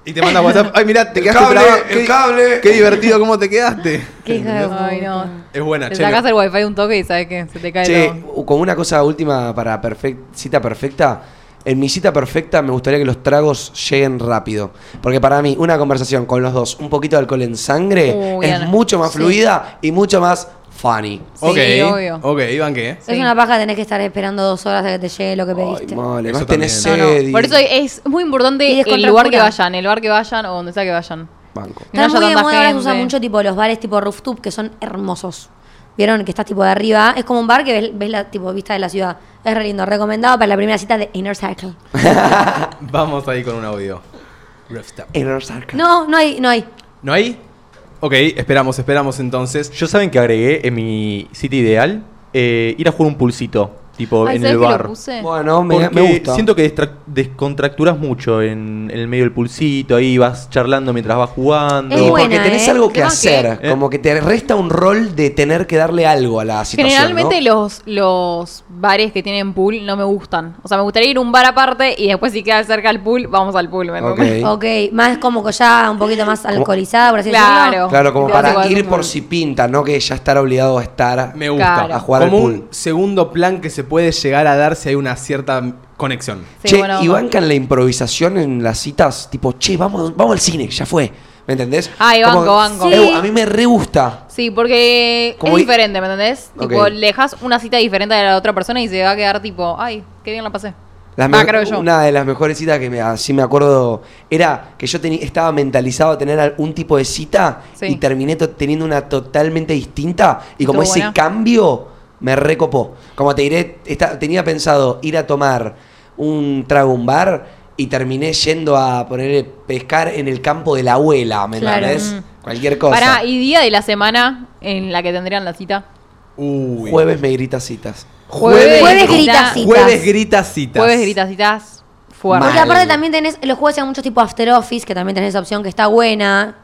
Speaker 1: Y te manda WhatsApp. Ay, mirá, te quedaste
Speaker 2: cable,
Speaker 1: trabado.
Speaker 2: el cable.
Speaker 1: Qué divertido, ¿cómo te quedaste?
Speaker 3: Qué hija de
Speaker 4: Ay,
Speaker 3: puta.
Speaker 4: no.
Speaker 1: Es buena,
Speaker 4: Te
Speaker 1: che. me-
Speaker 4: sacás el wifi un toque y sabes que se te cae
Speaker 2: Che,
Speaker 4: todo.
Speaker 2: con una cosa última para perfec- cita perfecta. En mi cita perfecta me gustaría que los tragos lleguen rápido. Porque para mí, una conversación con los dos, un poquito de alcohol en sangre,
Speaker 4: Uy,
Speaker 2: es
Speaker 4: Ana.
Speaker 2: mucho más
Speaker 3: Sí.
Speaker 2: fluida y mucho más funny.
Speaker 1: Ok,
Speaker 4: Sí, obvio.
Speaker 1: ok, Iván, ¿qué?
Speaker 3: Es
Speaker 4: Sí.
Speaker 3: una paja tenés que estar esperando dos horas a que te llegue lo que
Speaker 2: Ay,
Speaker 3: pediste.
Speaker 2: mole,
Speaker 1: Eso
Speaker 2: más tenés
Speaker 4: No,
Speaker 1: también.
Speaker 2: sed
Speaker 4: no.
Speaker 2: y-
Speaker 4: Por eso es muy importante
Speaker 3: Y
Speaker 4: el lugar que
Speaker 3: descontractura.
Speaker 4: vayan, el bar que vayan o donde sea que vayan.
Speaker 2: Banco.
Speaker 4: Que no
Speaker 3: Están
Speaker 4: haya
Speaker 3: muy de
Speaker 4: tanta
Speaker 3: moda, ahora se usa
Speaker 4: gente.
Speaker 3: mucho tipo los bares tipo rooftop que son hermosos. Vieron que estás tipo de arriba, es como un bar que ves, ves la tipo vista de la ciudad. Es re lindo, recomendado para la primera cita de Inner Circle.
Speaker 1: Vamos ahí con un audio. Rough Step.
Speaker 2: Inner Circle.
Speaker 3: No, no hay, no hay.
Speaker 1: ¿No hay? Ok, esperamos, esperamos entonces.
Speaker 5: Yo saben que agregué en mi cita ideal eh, ir a jugar un pulsito, tipo
Speaker 4: Ay,
Speaker 5: en
Speaker 4: ¿sabés
Speaker 5: el
Speaker 4: que lo
Speaker 5: bar.
Speaker 4: puse?
Speaker 2: Bueno, me,
Speaker 5: Porque
Speaker 2: me gusta.
Speaker 5: siento que destra- descontracturas mucho en, en el medio del pulsito, ahí vas charlando mientras vas jugando.
Speaker 3: Es
Speaker 2: y
Speaker 3: buena,
Speaker 2: porque tenés
Speaker 3: ¿eh?
Speaker 2: algo que
Speaker 4: Creo que-
Speaker 2: hacer,
Speaker 5: Eh.
Speaker 2: como que te resta un rol de tener que darle algo a la situación.
Speaker 4: Generalmente
Speaker 2: ¿no?
Speaker 4: los, los bares que tienen pool no me gustan. O sea, me gustaría ir a un bar aparte y después si queda cerca el pool, vamos al pool. ¿me entendés?
Speaker 2: Ok.
Speaker 3: Ok, más como que ya un poquito más alcoholizada, por así
Speaker 4: Claro.
Speaker 3: decirlo.
Speaker 2: Claro, como
Speaker 4: Te
Speaker 2: para
Speaker 4: vas
Speaker 2: ir
Speaker 4: igual,
Speaker 2: por
Speaker 4: ¿no?
Speaker 2: si pinta, no que ya estar obligado a estar.
Speaker 1: Me gusta.
Speaker 4: Claro.
Speaker 2: A jugar al
Speaker 1: Como
Speaker 2: pool.
Speaker 1: un segundo plan que se puede llegar a dar si hay una cierta conexión.
Speaker 4: Sí,
Speaker 2: che,
Speaker 4: bueno,
Speaker 2: y bancan la improvisación en las citas, tipo, che, vamos, vamos al cine, ya fue. ¿Me entendés?
Speaker 4: Ay,
Speaker 2: Como-
Speaker 4: banco, banco.
Speaker 2: Eh,
Speaker 4: Sí.
Speaker 2: A mí me re gusta.
Speaker 4: Sí, porque
Speaker 2: Como
Speaker 4: es
Speaker 2: i-
Speaker 4: diferente, ¿me entendés?
Speaker 2: Ok.
Speaker 4: Tipo, le dejas una cita diferente a la otra persona y se va a quedar tipo, ay, qué bien la pasé.
Speaker 2: Las
Speaker 4: Va,
Speaker 2: me-
Speaker 4: creo yo.
Speaker 2: Una de las mejores citas que me, así me acuerdo era que yo teni- estaba mentalizado a tener algún tipo de cita
Speaker 4: Sí.
Speaker 2: y terminé to- teniendo una totalmente distinta. Y como
Speaker 4: Estuvo
Speaker 2: ese
Speaker 4: buena.
Speaker 2: cambio me recopó. Como te diré, esta- tenía pensado ir a tomar un trago a un bar y terminé yendo a poner pescar en el campo de la abuela, ¿me
Speaker 3: Claro.
Speaker 2: entendés? Cualquier cosa.
Speaker 4: Mm. Pará, y día de la semana en la que tendrían la cita.
Speaker 1: Uy.
Speaker 2: Jueves me grita citas.
Speaker 1: Jueves,
Speaker 3: Jueves
Speaker 4: grita-
Speaker 3: gritas citas.
Speaker 1: Jueves grita citas.
Speaker 4: Jueves gritas citas fuerte.
Speaker 3: Porque
Speaker 2: Mal.
Speaker 3: aparte también tenés, los jueves hay muchos tipo After Office, que también tenés esa opción que está buena,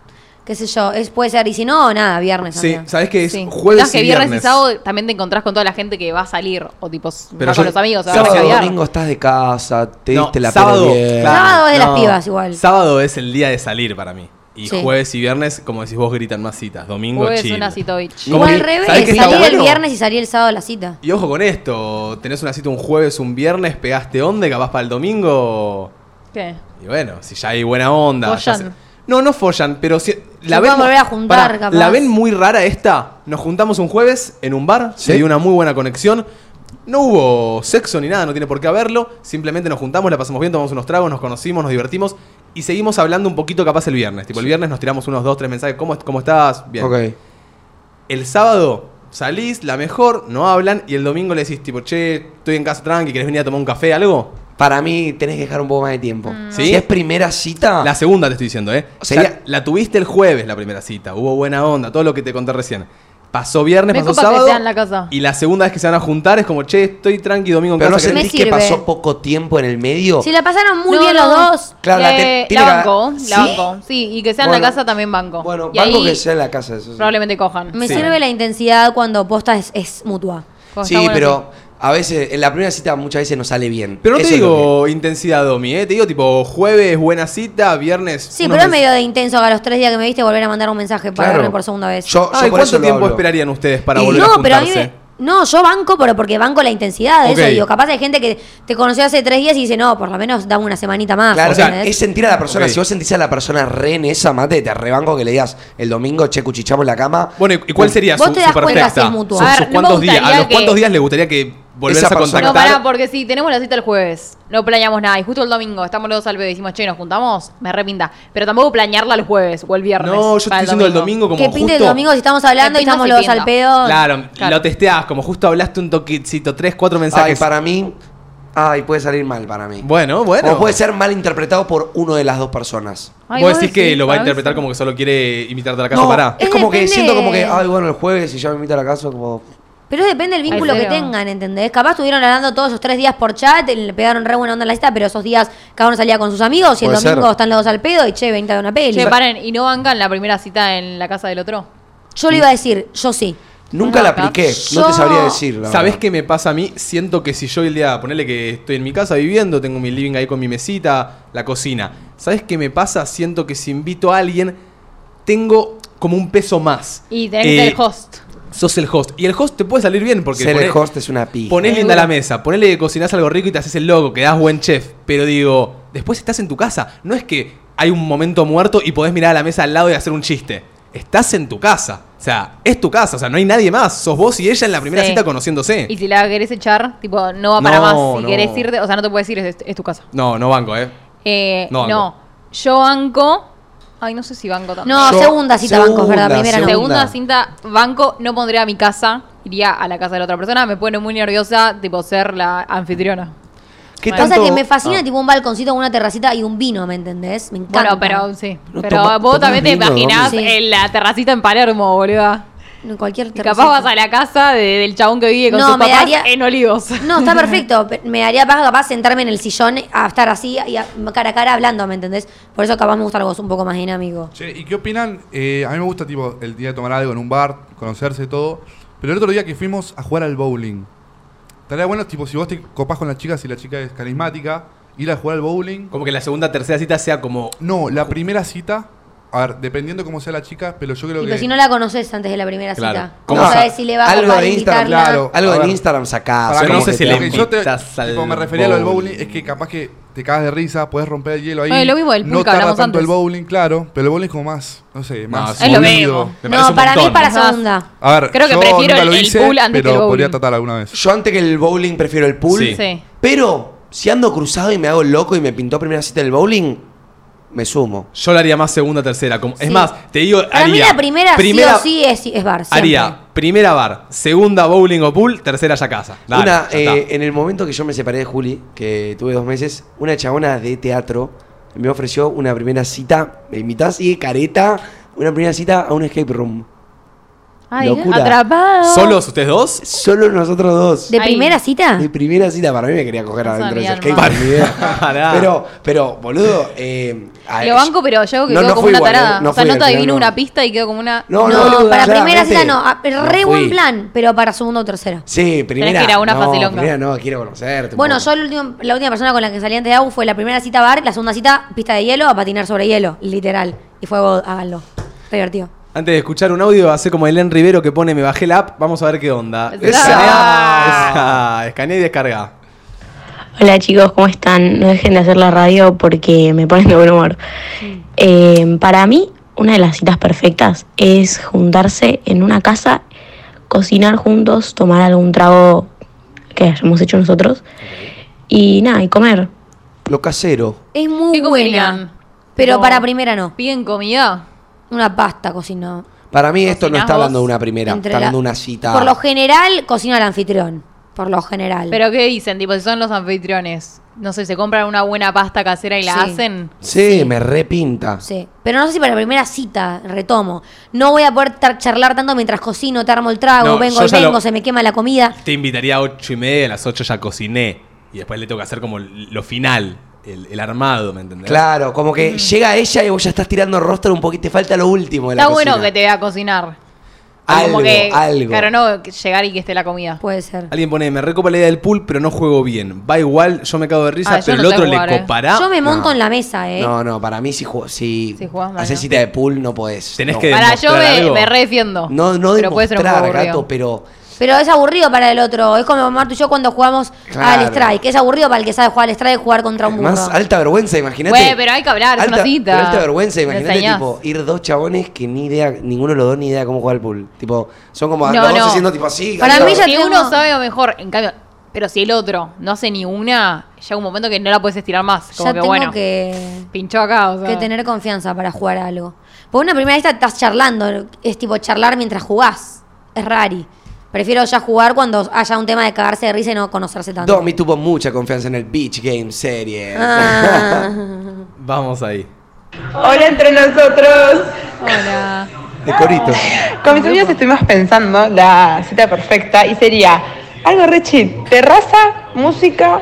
Speaker 3: qué sé yo, es, puede ser, y si no, nada, viernes.
Speaker 1: Sí,
Speaker 3: también.
Speaker 1: ¿sabes qué es?
Speaker 4: Sí.
Speaker 1: Jueves
Speaker 4: Las que
Speaker 1: y
Speaker 4: viernes,
Speaker 1: viernes.
Speaker 4: y sábado también te encontrás con toda la gente que va a salir o tipo
Speaker 1: Pero
Speaker 4: va
Speaker 1: yo-
Speaker 4: con los amigos, se van a
Speaker 2: Sábado,
Speaker 4: caviar.
Speaker 2: domingo estás de casa, te
Speaker 1: No,
Speaker 2: diste la
Speaker 1: sábado,
Speaker 2: pera bien.
Speaker 4: Ah.
Speaker 1: claro,
Speaker 3: Sábado es de las pibas igual.
Speaker 1: Sábado es el día de salir para mí. Y
Speaker 3: Sí.
Speaker 1: jueves y viernes, como decís vos, gritan más citas. Domingo
Speaker 4: Jueves
Speaker 1: chill.
Speaker 4: una citovich.
Speaker 1: Como
Speaker 3: O al
Speaker 1: que-
Speaker 3: revés,
Speaker 1: ¿sabés qué está
Speaker 3: salir el
Speaker 1: bueno?
Speaker 3: viernes y salir el sábado a la cita.
Speaker 1: Y ojo con esto, tenés una cita un jueves, un viernes, pegaste onda, y capaz para el domingo.
Speaker 4: ¿Qué?
Speaker 1: Y bueno, si ya hay buena onda. ya
Speaker 4: Follan.
Speaker 1: se- No, no follan, pero si.
Speaker 3: Se pueden
Speaker 1: mu-
Speaker 3: volver a juntar,
Speaker 1: Pará,
Speaker 3: capaz.
Speaker 1: La ven muy rara esta. Nos juntamos un jueves en un bar, se dio una muy buena conexión. No hubo sexo ni nada, no tiene por qué haberlo. Simplemente nos juntamos, la pasamos bien, tomamos unos tragos, nos conocimos, nos divertimos y seguimos hablando un poquito capaz el viernes. Tipo, el viernes nos tiramos unos dos, tres mensajes. ¿Cómo, cómo estás? Bien.
Speaker 2: Ok.
Speaker 1: El sábado salís, la mejor, no hablan, y el domingo le decís, tipo, che, estoy en casa tranqui, ¿querés venir a tomar un café, algo?
Speaker 2: Para mí tenés que dejar un poco más de tiempo.
Speaker 1: ¿Sí?
Speaker 2: Si es primera cita,
Speaker 1: La segunda te estoy diciendo, ¿eh? O sea,
Speaker 2: Ah. Sería-
Speaker 1: la tuviste el jueves, la primera cita, hubo buena onda, todo lo que te conté recién. Pasó viernes,
Speaker 4: Me
Speaker 1: pasó
Speaker 4: copa que
Speaker 1: sábado.
Speaker 4: sea en la casa.
Speaker 1: Y la segunda vez que se van a juntar es como, che, estoy tranqui domingo en
Speaker 2: pero no
Speaker 1: casa. ¿querés-
Speaker 2: sentís
Speaker 3: Me
Speaker 2: que
Speaker 3: sirve.
Speaker 2: pasó poco tiempo en el medio.
Speaker 3: Si la pasaron muy
Speaker 4: No,
Speaker 3: bien
Speaker 4: no.
Speaker 3: los dos.
Speaker 2: Claro, la te-
Speaker 4: Eh,
Speaker 2: tiene que-
Speaker 4: la banco, la
Speaker 2: ¿Sí?
Speaker 4: banco. Sí, y que sea en
Speaker 2: Bueno.
Speaker 4: la casa también banco.
Speaker 2: Bueno,
Speaker 4: Y
Speaker 2: banco
Speaker 4: ahí
Speaker 2: que sea en la casa. Eso sí.
Speaker 4: Probablemente cojan.
Speaker 3: Me
Speaker 1: Sí.
Speaker 3: sirve la intensidad cuando posta es, es mutua.
Speaker 4: Como
Speaker 2: Sí,
Speaker 4: está bueno,
Speaker 2: pero a veces, en la primera cita muchas veces no sale bien.
Speaker 1: Pero no
Speaker 2: Eso
Speaker 1: te
Speaker 2: es lo
Speaker 1: digo intensidad, Domi, ¿eh? Te digo, tipo, jueves, buena cita, viernes.
Speaker 3: Sí,
Speaker 1: unos
Speaker 3: pero es
Speaker 1: meses-
Speaker 3: medio de intenso que a los tres días que me viste volver a mandar un mensaje para
Speaker 2: Claro.
Speaker 3: verme por segunda vez.
Speaker 2: que- Yo, yo
Speaker 1: Ay,
Speaker 2: por eso
Speaker 1: ah, ¿cuánto
Speaker 2: lo
Speaker 1: tiempo
Speaker 2: hablo.
Speaker 1: esperarían ustedes para
Speaker 2: Y-
Speaker 1: volver a
Speaker 3: no, pero a
Speaker 1: juntarse?
Speaker 3: mí me- No, yo banco, pero porque banco la intensidad. de
Speaker 1: Ok.
Speaker 3: Eso digo, capaz hay gente que te conoció hace tres días y dice, no, por lo menos dame una semanita más.
Speaker 2: Claro,
Speaker 1: O sea,
Speaker 3: ¿entendés?
Speaker 2: es sentir a la persona.
Speaker 1: Ok.
Speaker 2: Si vos sentís a la persona re en esa mate, te rebanco que le digas el domingo, che, cuchichamos la cama.
Speaker 1: Bueno, ¿y- ¿y cuál sería
Speaker 3: Vos
Speaker 1: su,
Speaker 3: te
Speaker 1: su
Speaker 3: das cuenta
Speaker 1: perfecta?
Speaker 3: si es mutuo.
Speaker 1: ¿Son
Speaker 4: A ver,
Speaker 1: sus
Speaker 4: no me
Speaker 1: cuántos días? ¿A
Speaker 4: gustaría
Speaker 1: los
Speaker 4: que-
Speaker 1: cuántos días le gustaría que volvieras
Speaker 2: Esa
Speaker 1: a
Speaker 2: persona-
Speaker 4: No,
Speaker 1: contactar?
Speaker 4: pará, porque si tenemos la cita el jueves, no planeamos nada, y justo el domingo estamos los dos al pedo y decimos, che, nos juntamos, me repinta. Pero tampoco planearla el jueves o el viernes.
Speaker 1: No, yo estoy
Speaker 4: para
Speaker 1: diciendo el domingo como
Speaker 3: que pinte
Speaker 1: justo...
Speaker 3: el domingo si estamos hablando y
Speaker 4: Pinta
Speaker 3: estamos
Speaker 4: si
Speaker 3: los dos al
Speaker 4: pinta.
Speaker 3: pedo.
Speaker 1: Claro,
Speaker 4: Claro.
Speaker 1: lo testeás, como justo hablaste un toquecito, tres, cuatro
Speaker 2: Ay,
Speaker 1: mensajes.
Speaker 2: para mí. Ay, puede salir mal para mí.
Speaker 1: Bueno, bueno.
Speaker 2: O puede ser mal interpretado por uno de las dos personas.
Speaker 4: Ay,
Speaker 1: vos
Speaker 4: vos
Speaker 1: decís que
Speaker 4: decís,
Speaker 1: lo va a
Speaker 4: para mí
Speaker 1: interpretar
Speaker 4: sí.
Speaker 1: como que solo quiere imitarte a la casa
Speaker 2: No,
Speaker 1: pará.
Speaker 2: es
Speaker 3: Es
Speaker 2: como que
Speaker 3: depende-
Speaker 2: siento como que, ay, bueno, el jueves y ya me invita a la casa, como
Speaker 3: Pero depende del vínculo que
Speaker 4: cero.
Speaker 3: tengan, ¿entendés? Capaz estuvieron hablando todos esos tres días por chat, le pegaron re buena onda en la cita, pero esos días cada uno salía con sus amigos y el
Speaker 2: Puede ser.
Speaker 3: domingo están los dos al pedo y che, vente a ver una peli.
Speaker 4: Che, paren, y no bancan la primera cita en la casa del otro.
Speaker 3: yo le iba a decir, yo sí.
Speaker 2: Nunca la
Speaker 4: acá.
Speaker 2: apliqué, no te
Speaker 3: Yo-
Speaker 2: sabría decir. la
Speaker 1: ¿Sabés
Speaker 2: verdad.
Speaker 1: qué me pasa a mí? Siento que si yo el día, ponele que estoy en mi casa viviendo, tengo mi living ahí con mi mesita, la cocina. ¿Sabés qué me pasa? Siento que si invito a alguien, tengo como un peso más.
Speaker 4: Y tenés que
Speaker 1: Eh,
Speaker 4: ser el host.
Speaker 1: Sos el host. Y el host te puede salir bien porque
Speaker 2: Ser el
Speaker 1: poné-
Speaker 2: host es una pija.
Speaker 1: Ponés linda la mesa, ponele que cocinás algo rico y te haces el loco, quedás buen chef. Pero digo, después estás en tu casa. No es que hay un momento muerto y podés mirar a la mesa al lado y hacer un chiste. Estás en tu casa. O sea, es tu casa. O sea, no hay nadie más. Sos vos y ella en la primera
Speaker 4: Sí.
Speaker 1: cita conociéndose.
Speaker 4: Y si la querés echar, tipo, no va para
Speaker 1: eh. No,
Speaker 4: más. Si
Speaker 1: no.
Speaker 4: querés irte, o sea, no te puedes ir, es, es tu casa.
Speaker 1: No, no banco, ¿eh?
Speaker 4: Eh,
Speaker 1: No
Speaker 4: no,
Speaker 1: banco.
Speaker 4: yo banco. Ay, no sé si banco también.
Speaker 3: No,
Speaker 2: Yo-
Speaker 3: segunda cita bancos,
Speaker 2: segunda,
Speaker 3: ¿verdad? Primera no.
Speaker 2: segunda.
Speaker 4: Segunda cinta, banco, no pondría a mi casa, iría a la casa de la otra persona. Me pone muy nerviosa, tipo, ser la anfitriona.
Speaker 2: ¿Qué
Speaker 3: Pasa
Speaker 2: tanto-
Speaker 3: que me fascina
Speaker 2: Ah.
Speaker 3: tipo un balconcito, una terracita y un vino, ¿me entendés? Me encanta.
Speaker 4: Bueno, pero sí.
Speaker 2: Pero
Speaker 4: Pero,
Speaker 2: toma-
Speaker 4: vos
Speaker 2: tomá
Speaker 4: también te
Speaker 2: vino,
Speaker 4: imaginás
Speaker 3: Domi. Sí.
Speaker 4: en la terracita en Palermo, boluda.
Speaker 3: En cualquier
Speaker 4: Y Capaz vas a la casa de- del chabón que vive con
Speaker 3: No,
Speaker 4: sus
Speaker 3: me
Speaker 4: papás
Speaker 3: daría-
Speaker 4: en Olivos.
Speaker 3: No, está perfecto. pe- Me daría paja capaz sentarme en el sillón a estar así y a- cara a cara hablando, ¿me entendés? Por eso capaz me gusta algo un poco más dinámico.
Speaker 7: Che, ¿y qué opinan? Eh, a mí me gusta, tipo, el día de tomar algo en un bar, conocerse todo. Pero el otro día que fuimos a jugar al bowling. Estaría bueno, tipo, si vos te copás con la chica, si la chica es carismática, ir a jugar al bowling.
Speaker 1: Como que la segunda, tercera cita sea como.
Speaker 7: No, la primera cita, a ver, dependiendo cómo sea la chica, pero yo creo
Speaker 3: Y
Speaker 7: que...
Speaker 3: pero si no la conoces antes de la primera
Speaker 1: Claro.
Speaker 3: cita,
Speaker 1: ¿Cómo
Speaker 3: ¿cómo
Speaker 1: sa-
Speaker 3: sabes si le va a
Speaker 2: algo
Speaker 3: comer
Speaker 2: de Instagram,
Speaker 3: invitarla?
Speaker 7: claro.
Speaker 2: Algo
Speaker 7: A
Speaker 2: en
Speaker 7: ver.
Speaker 2: Instagram sacás.
Speaker 7: Pará,
Speaker 1: Ah, Yo no
Speaker 2: como
Speaker 1: sé
Speaker 2: que
Speaker 1: si
Speaker 2: te
Speaker 1: la-
Speaker 2: dan
Speaker 7: yo te-
Speaker 1: invitas al
Speaker 7: tipo, me refería a lo del
Speaker 1: bowling.
Speaker 7: bowling, es que capaz que te cagas de risa, puedes romper el hielo ahí.
Speaker 4: No, es lo mismo del
Speaker 7: No
Speaker 4: pulque,
Speaker 7: tarda
Speaker 4: hablamos
Speaker 7: tanto el
Speaker 4: antes.
Speaker 7: bowling, claro, pero el bowling es como más, no sé, más
Speaker 1: es
Speaker 4: lo
Speaker 7: movido.
Speaker 4: mismo.
Speaker 1: Me parece
Speaker 3: No,
Speaker 1: un
Speaker 3: para mí es
Speaker 1: montón.
Speaker 3: para
Speaker 4: Ajá.
Speaker 3: segunda.
Speaker 7: A ver,
Speaker 4: Creo que
Speaker 7: yo
Speaker 4: prefiero
Speaker 7: nunca lo
Speaker 4: el- el
Speaker 7: hice,
Speaker 4: pool antes que
Speaker 7: pero
Speaker 4: el
Speaker 7: podría
Speaker 4: bowling.
Speaker 7: tratar alguna vez.
Speaker 2: Yo antes que el bowling prefiero el pool.
Speaker 1: Sí.
Speaker 4: Sí.
Speaker 2: Pero si ando cruzado y me hago loco y me pintó primera cita el bowling, me sumo.
Speaker 1: Yo la haría más segunda, tercera. como- Es
Speaker 3: Sí.
Speaker 1: más, te digo,
Speaker 3: Para mí
Speaker 1: haría
Speaker 3: la primera, sí o sí es, es bar. siempre.
Speaker 1: Haría primera bar, segunda bowling o pool, tercera ya casa. Dale,
Speaker 2: una,
Speaker 1: ya está.
Speaker 2: eh, en el momento que yo me separé de Juli, que tuve dos meses, una chabona de teatro me ofreció una primera cita, me invitó así, careta, una primera cita a un escape room.
Speaker 4: Ay,
Speaker 2: Locura.
Speaker 4: atrapado.
Speaker 1: ¿Solos ustedes dos?
Speaker 2: Solo nosotros dos.
Speaker 3: ¿De
Speaker 4: Ahí.
Speaker 3: primera cita?
Speaker 2: Mi primera cita para mí me quería coger
Speaker 4: Eso
Speaker 2: adentro de
Speaker 4: mi
Speaker 2: ese skate.
Speaker 4: alma.
Speaker 2: ni idea.
Speaker 1: Pará.
Speaker 2: pero, pero, boludo, eh, a-
Speaker 4: Lo banco, pero yo que
Speaker 2: No,
Speaker 4: quedo
Speaker 2: no
Speaker 4: como
Speaker 2: fui
Speaker 4: una
Speaker 2: igual,
Speaker 4: tarada.
Speaker 2: eh, no
Speaker 4: o sea,
Speaker 2: fui,
Speaker 4: no
Speaker 2: al
Speaker 4: te
Speaker 2: final
Speaker 4: adivino
Speaker 2: no.
Speaker 4: una pista y quedo como una.
Speaker 3: No,
Speaker 2: No, no,
Speaker 3: para primera
Speaker 2: claramente.
Speaker 3: cita no. Ah,
Speaker 2: No
Speaker 3: Re buen
Speaker 2: fui.
Speaker 3: plan, pero para segunda o tercera.
Speaker 2: Sí, primera.
Speaker 4: que ir a una
Speaker 2: no,
Speaker 4: facilonga.
Speaker 2: primera no, quiero conocerte. un
Speaker 3: Bueno,
Speaker 2: poco.
Speaker 3: yo el último- la última persona con la que salí antes de Agu fue la primera cita bar, la segunda cita pista de hielo a patinar sobre hielo, literal. Y fue vos, háganlo. Re divertido.
Speaker 1: Antes de escuchar un audio, hace como Elen Rivero que pone me bajé la app, vamos a ver qué onda.
Speaker 4: Esa.
Speaker 1: Escanea, esa, escanea y descarga.
Speaker 8: Hola chicos, ¿cómo están? No dejen de hacer la radio porque me ponen de buen humor. Eh, para mí, una de las citas perfectas es juntarse en una casa, cocinar juntos, tomar algún trago que hayamos hecho nosotros y nada, y comer.
Speaker 2: Lo casero.
Speaker 3: Es muy
Speaker 4: ¿Qué
Speaker 3: buena.
Speaker 4: comerían?
Speaker 3: Pero
Speaker 4: No.
Speaker 3: para primera no.
Speaker 4: Piden comida.
Speaker 3: Una pasta cocinó.
Speaker 2: Para mí esto no
Speaker 4: Cocinás
Speaker 2: está hablando de
Speaker 4: vos
Speaker 2: una primera,
Speaker 3: entre
Speaker 2: está hablando de
Speaker 3: la-
Speaker 2: una cita.
Speaker 3: Por lo general, cocina el anfitrión. Por lo general.
Speaker 4: Pero ¿qué dicen? Tipo, si son los anfitriones. No sé, se compran una buena pasta casera y la
Speaker 3: Sí.
Speaker 4: hacen.
Speaker 2: Sí, me repinta.
Speaker 3: Sí. Pero no sé si para la primera cita, retomo. No voy a poder tar- charlar tanto mientras cocino, te armo el trago,
Speaker 1: No,
Speaker 3: vengo
Speaker 1: yo
Speaker 3: y
Speaker 1: ya
Speaker 3: vengo,
Speaker 1: lo-
Speaker 3: se me quema la comida.
Speaker 1: Te invitaría a 8 y media, a las 8 ya cociné. Y después le tengo que hacer como lo final, el, el armado, ¿me entendés?
Speaker 2: Claro, como
Speaker 4: Mm.
Speaker 2: que llega ella y vos ya estás tirando rostro un poquito, te falta lo último de la
Speaker 4: Está bueno
Speaker 2: cocina.
Speaker 4: que te vea a cocinar.
Speaker 2: Algo,
Speaker 4: como que,
Speaker 2: algo.
Speaker 4: Claro, no que llegar y que esté la comida.
Speaker 3: Puede ser.
Speaker 1: Alguien pone, me recopa la idea del pool, pero no juego bien. Va igual, yo me cago de risa,
Speaker 4: Ah, yo
Speaker 1: pero
Speaker 4: no
Speaker 1: el
Speaker 4: sé
Speaker 1: otro
Speaker 4: jugar,
Speaker 1: le
Speaker 4: eh.
Speaker 1: copará.
Speaker 3: Yo me monto
Speaker 2: No.
Speaker 3: en la mesa, ¿eh?
Speaker 2: No, no, para mí si, ju- si,
Speaker 4: Si jugás mal,
Speaker 2: haces
Speaker 4: ¿no?
Speaker 2: cita de pool no podés.
Speaker 1: Tenés
Speaker 2: no.
Speaker 1: que
Speaker 4: Para, yo
Speaker 1: demostrar
Speaker 4: me,
Speaker 1: algo.
Speaker 4: me re defiendo.
Speaker 2: No, no
Speaker 4: Pero puede ser un
Speaker 2: demostrar,
Speaker 4: juego aburrido.
Speaker 2: gato, pero...
Speaker 3: Pero es aburrido para el otro. Es como Martu y yo cuando jugamos
Speaker 2: Claro.
Speaker 3: al strike. Es aburrido para el que sabe jugar al strike jugar contra un burro.
Speaker 2: Más alta vergüenza, imagínate.
Speaker 4: Güey, pero hay que hablar, es
Speaker 2: alta,
Speaker 4: una cita.
Speaker 2: pero alta vergüenza,
Speaker 4: Me
Speaker 2: imagínate,
Speaker 4: enseñás.
Speaker 2: tipo, ir dos chabones que ni idea, ninguno de los dos ni idea cómo jugar al pool. Tipo, son como
Speaker 4: No,
Speaker 2: los dos
Speaker 4: no.
Speaker 2: haciendo tipo así.
Speaker 3: Para
Speaker 2: gato.
Speaker 3: mí ya
Speaker 4: Si
Speaker 3: tengo-
Speaker 4: uno sabe mejor, en cambio, pero si el otro no hace ni una, llega un momento que no la puedes estirar más. Como
Speaker 3: ya
Speaker 4: que
Speaker 3: tengo
Speaker 4: bueno,
Speaker 3: que,
Speaker 4: pinchó acá, o sea.
Speaker 3: que tener confianza para jugar a algo. Por una primera vista estás charlando. Es tipo charlar mientras jugás. Es rari. Prefiero ya jugar cuando haya un tema de cagarse de risa y no conocerse tanto.
Speaker 2: Domi tuvo mucha confianza en el Beach Game Series.
Speaker 3: Ah.
Speaker 1: Vamos ahí.
Speaker 6: Hola entre nosotros.
Speaker 4: Hola.
Speaker 2: De corito.
Speaker 6: Con mis amigas estuvimos pensando la cita perfecta y sería algo re chill, terraza, música,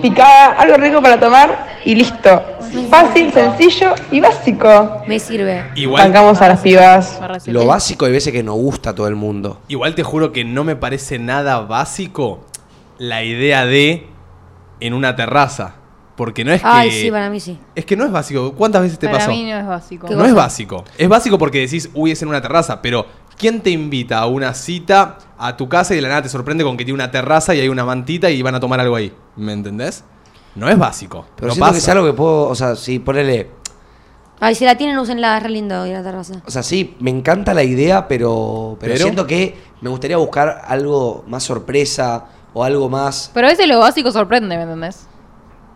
Speaker 6: picada, algo rico para tomar y listo. Fácil, sencillo y básico.
Speaker 3: Me sirve.
Speaker 1: Igual,
Speaker 6: Bancamos a las pibas.
Speaker 4: Me resistí.
Speaker 2: Lo básico hay veces que no gusta a todo el mundo.
Speaker 1: igual te juro que no me parece nada básico la idea de en una terraza. Porque no es que.
Speaker 3: Ay, sí, para mí sí.
Speaker 1: Es que no es básico. ¿Cuántas veces te
Speaker 4: Para
Speaker 1: pasó?
Speaker 4: mí no es básico.
Speaker 3: ¿Qué
Speaker 1: No es
Speaker 3: cosa?
Speaker 1: básico. Es básico porque decís, uy, es en una terraza, pero ¿quién te invita a una cita a tu casa y de la nada te sorprende con que tiene una terraza y hay una mantita y van a tomar algo ahí? ¿Me entendés? No es básico.
Speaker 2: Pero
Speaker 1: no
Speaker 2: siento que es
Speaker 1: pasa.
Speaker 2: algo que puedo, o sea, sí, ponele.
Speaker 3: Ay, si la tienen, úsenla. Es re lindo ir a la terraza.
Speaker 2: O sea, sí, me encanta la idea, pero, pero,
Speaker 1: Pero-
Speaker 2: siento que me gustaría buscar algo más sorpresa o algo más.
Speaker 4: Pero a veces lo básico sorprende, ¿me entendés?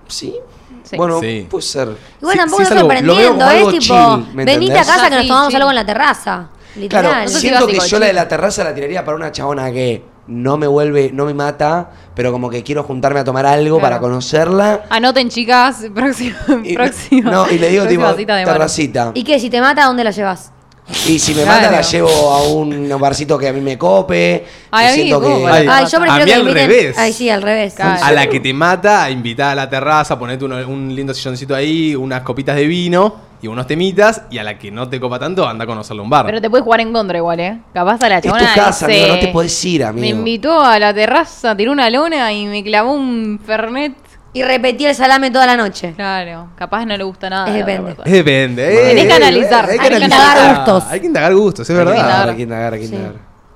Speaker 2: Sí.
Speaker 4: Sí.
Speaker 2: Bueno,
Speaker 1: Sí.
Speaker 2: puede ser.
Speaker 3: Igual
Speaker 1: Sí,
Speaker 3: tampoco
Speaker 1: sí, es
Speaker 3: nos
Speaker 1: algo-
Speaker 2: lo veo como
Speaker 3: sorprendiendo, es
Speaker 2: algo
Speaker 3: tipo,
Speaker 2: chill, ¿me
Speaker 3: venite a
Speaker 2: entendés?
Speaker 3: casa que
Speaker 4: Ah,
Speaker 3: nos
Speaker 4: sí,
Speaker 3: tomamos
Speaker 4: chill.
Speaker 3: algo en la terraza. Literal.
Speaker 2: Claro,
Speaker 4: Eso sí,
Speaker 2: siento que
Speaker 4: básico,
Speaker 2: yo la de
Speaker 4: chill.
Speaker 2: la terraza la tiraría para una chabona que no me vuelve, no me mata, pero como que quiero juntarme a tomar algo
Speaker 4: Claro.
Speaker 2: para conocerla.
Speaker 4: Anoten, chicas, próxima.
Speaker 2: Y-
Speaker 4: próxima
Speaker 2: No, y le digo
Speaker 4: próxima
Speaker 2: tipo,
Speaker 4: cita de mano.
Speaker 2: terracita.
Speaker 3: ¿Y qué? Si te mata, ¿a dónde la llevas?
Speaker 2: Y si me
Speaker 4: Claro.
Speaker 2: mata, la llevo a un barcito que a mí me cope.
Speaker 4: Ay,
Speaker 2: que
Speaker 4: a mí,
Speaker 2: siento
Speaker 4: vos,
Speaker 2: que.
Speaker 4: para
Speaker 1: Ay,
Speaker 3: Ay, yo prefiero
Speaker 1: a mí
Speaker 3: que
Speaker 1: al
Speaker 3: me inviten-
Speaker 1: revés.
Speaker 3: Ay, sí, al revés.
Speaker 4: Claro.
Speaker 1: A la que te mata, a invitar a la terraza, ponete uno- un lindo silloncito ahí, unas copitas de vino y unos temitas, y a la que no te copa tanto, anda a conocerle un bar.
Speaker 4: Pero te puedes jugar en contra igual, ¿eh? Capaz a la
Speaker 2: Ah. Es tu
Speaker 4: chabona
Speaker 2: casa,
Speaker 4: dice,
Speaker 2: amigo, no te podés ir, amigo".
Speaker 4: Me invitó a la terraza, tiró una lona y me clavó un fernet.
Speaker 3: Y repetí el salame toda la noche.
Speaker 4: Claro, capaz no le gusta nada.
Speaker 3: Es
Speaker 4: a la
Speaker 3: depende.
Speaker 4: persona.
Speaker 1: Es Depende. eh,
Speaker 4: Tenés que
Speaker 1: eh,
Speaker 4: analizar,
Speaker 1: Hay que
Speaker 4: hay que
Speaker 1: analizar.
Speaker 3: indagar gustos.
Speaker 1: Hay que indagar gustos, es verdad.
Speaker 2: Hay que indagar, hay que indagar.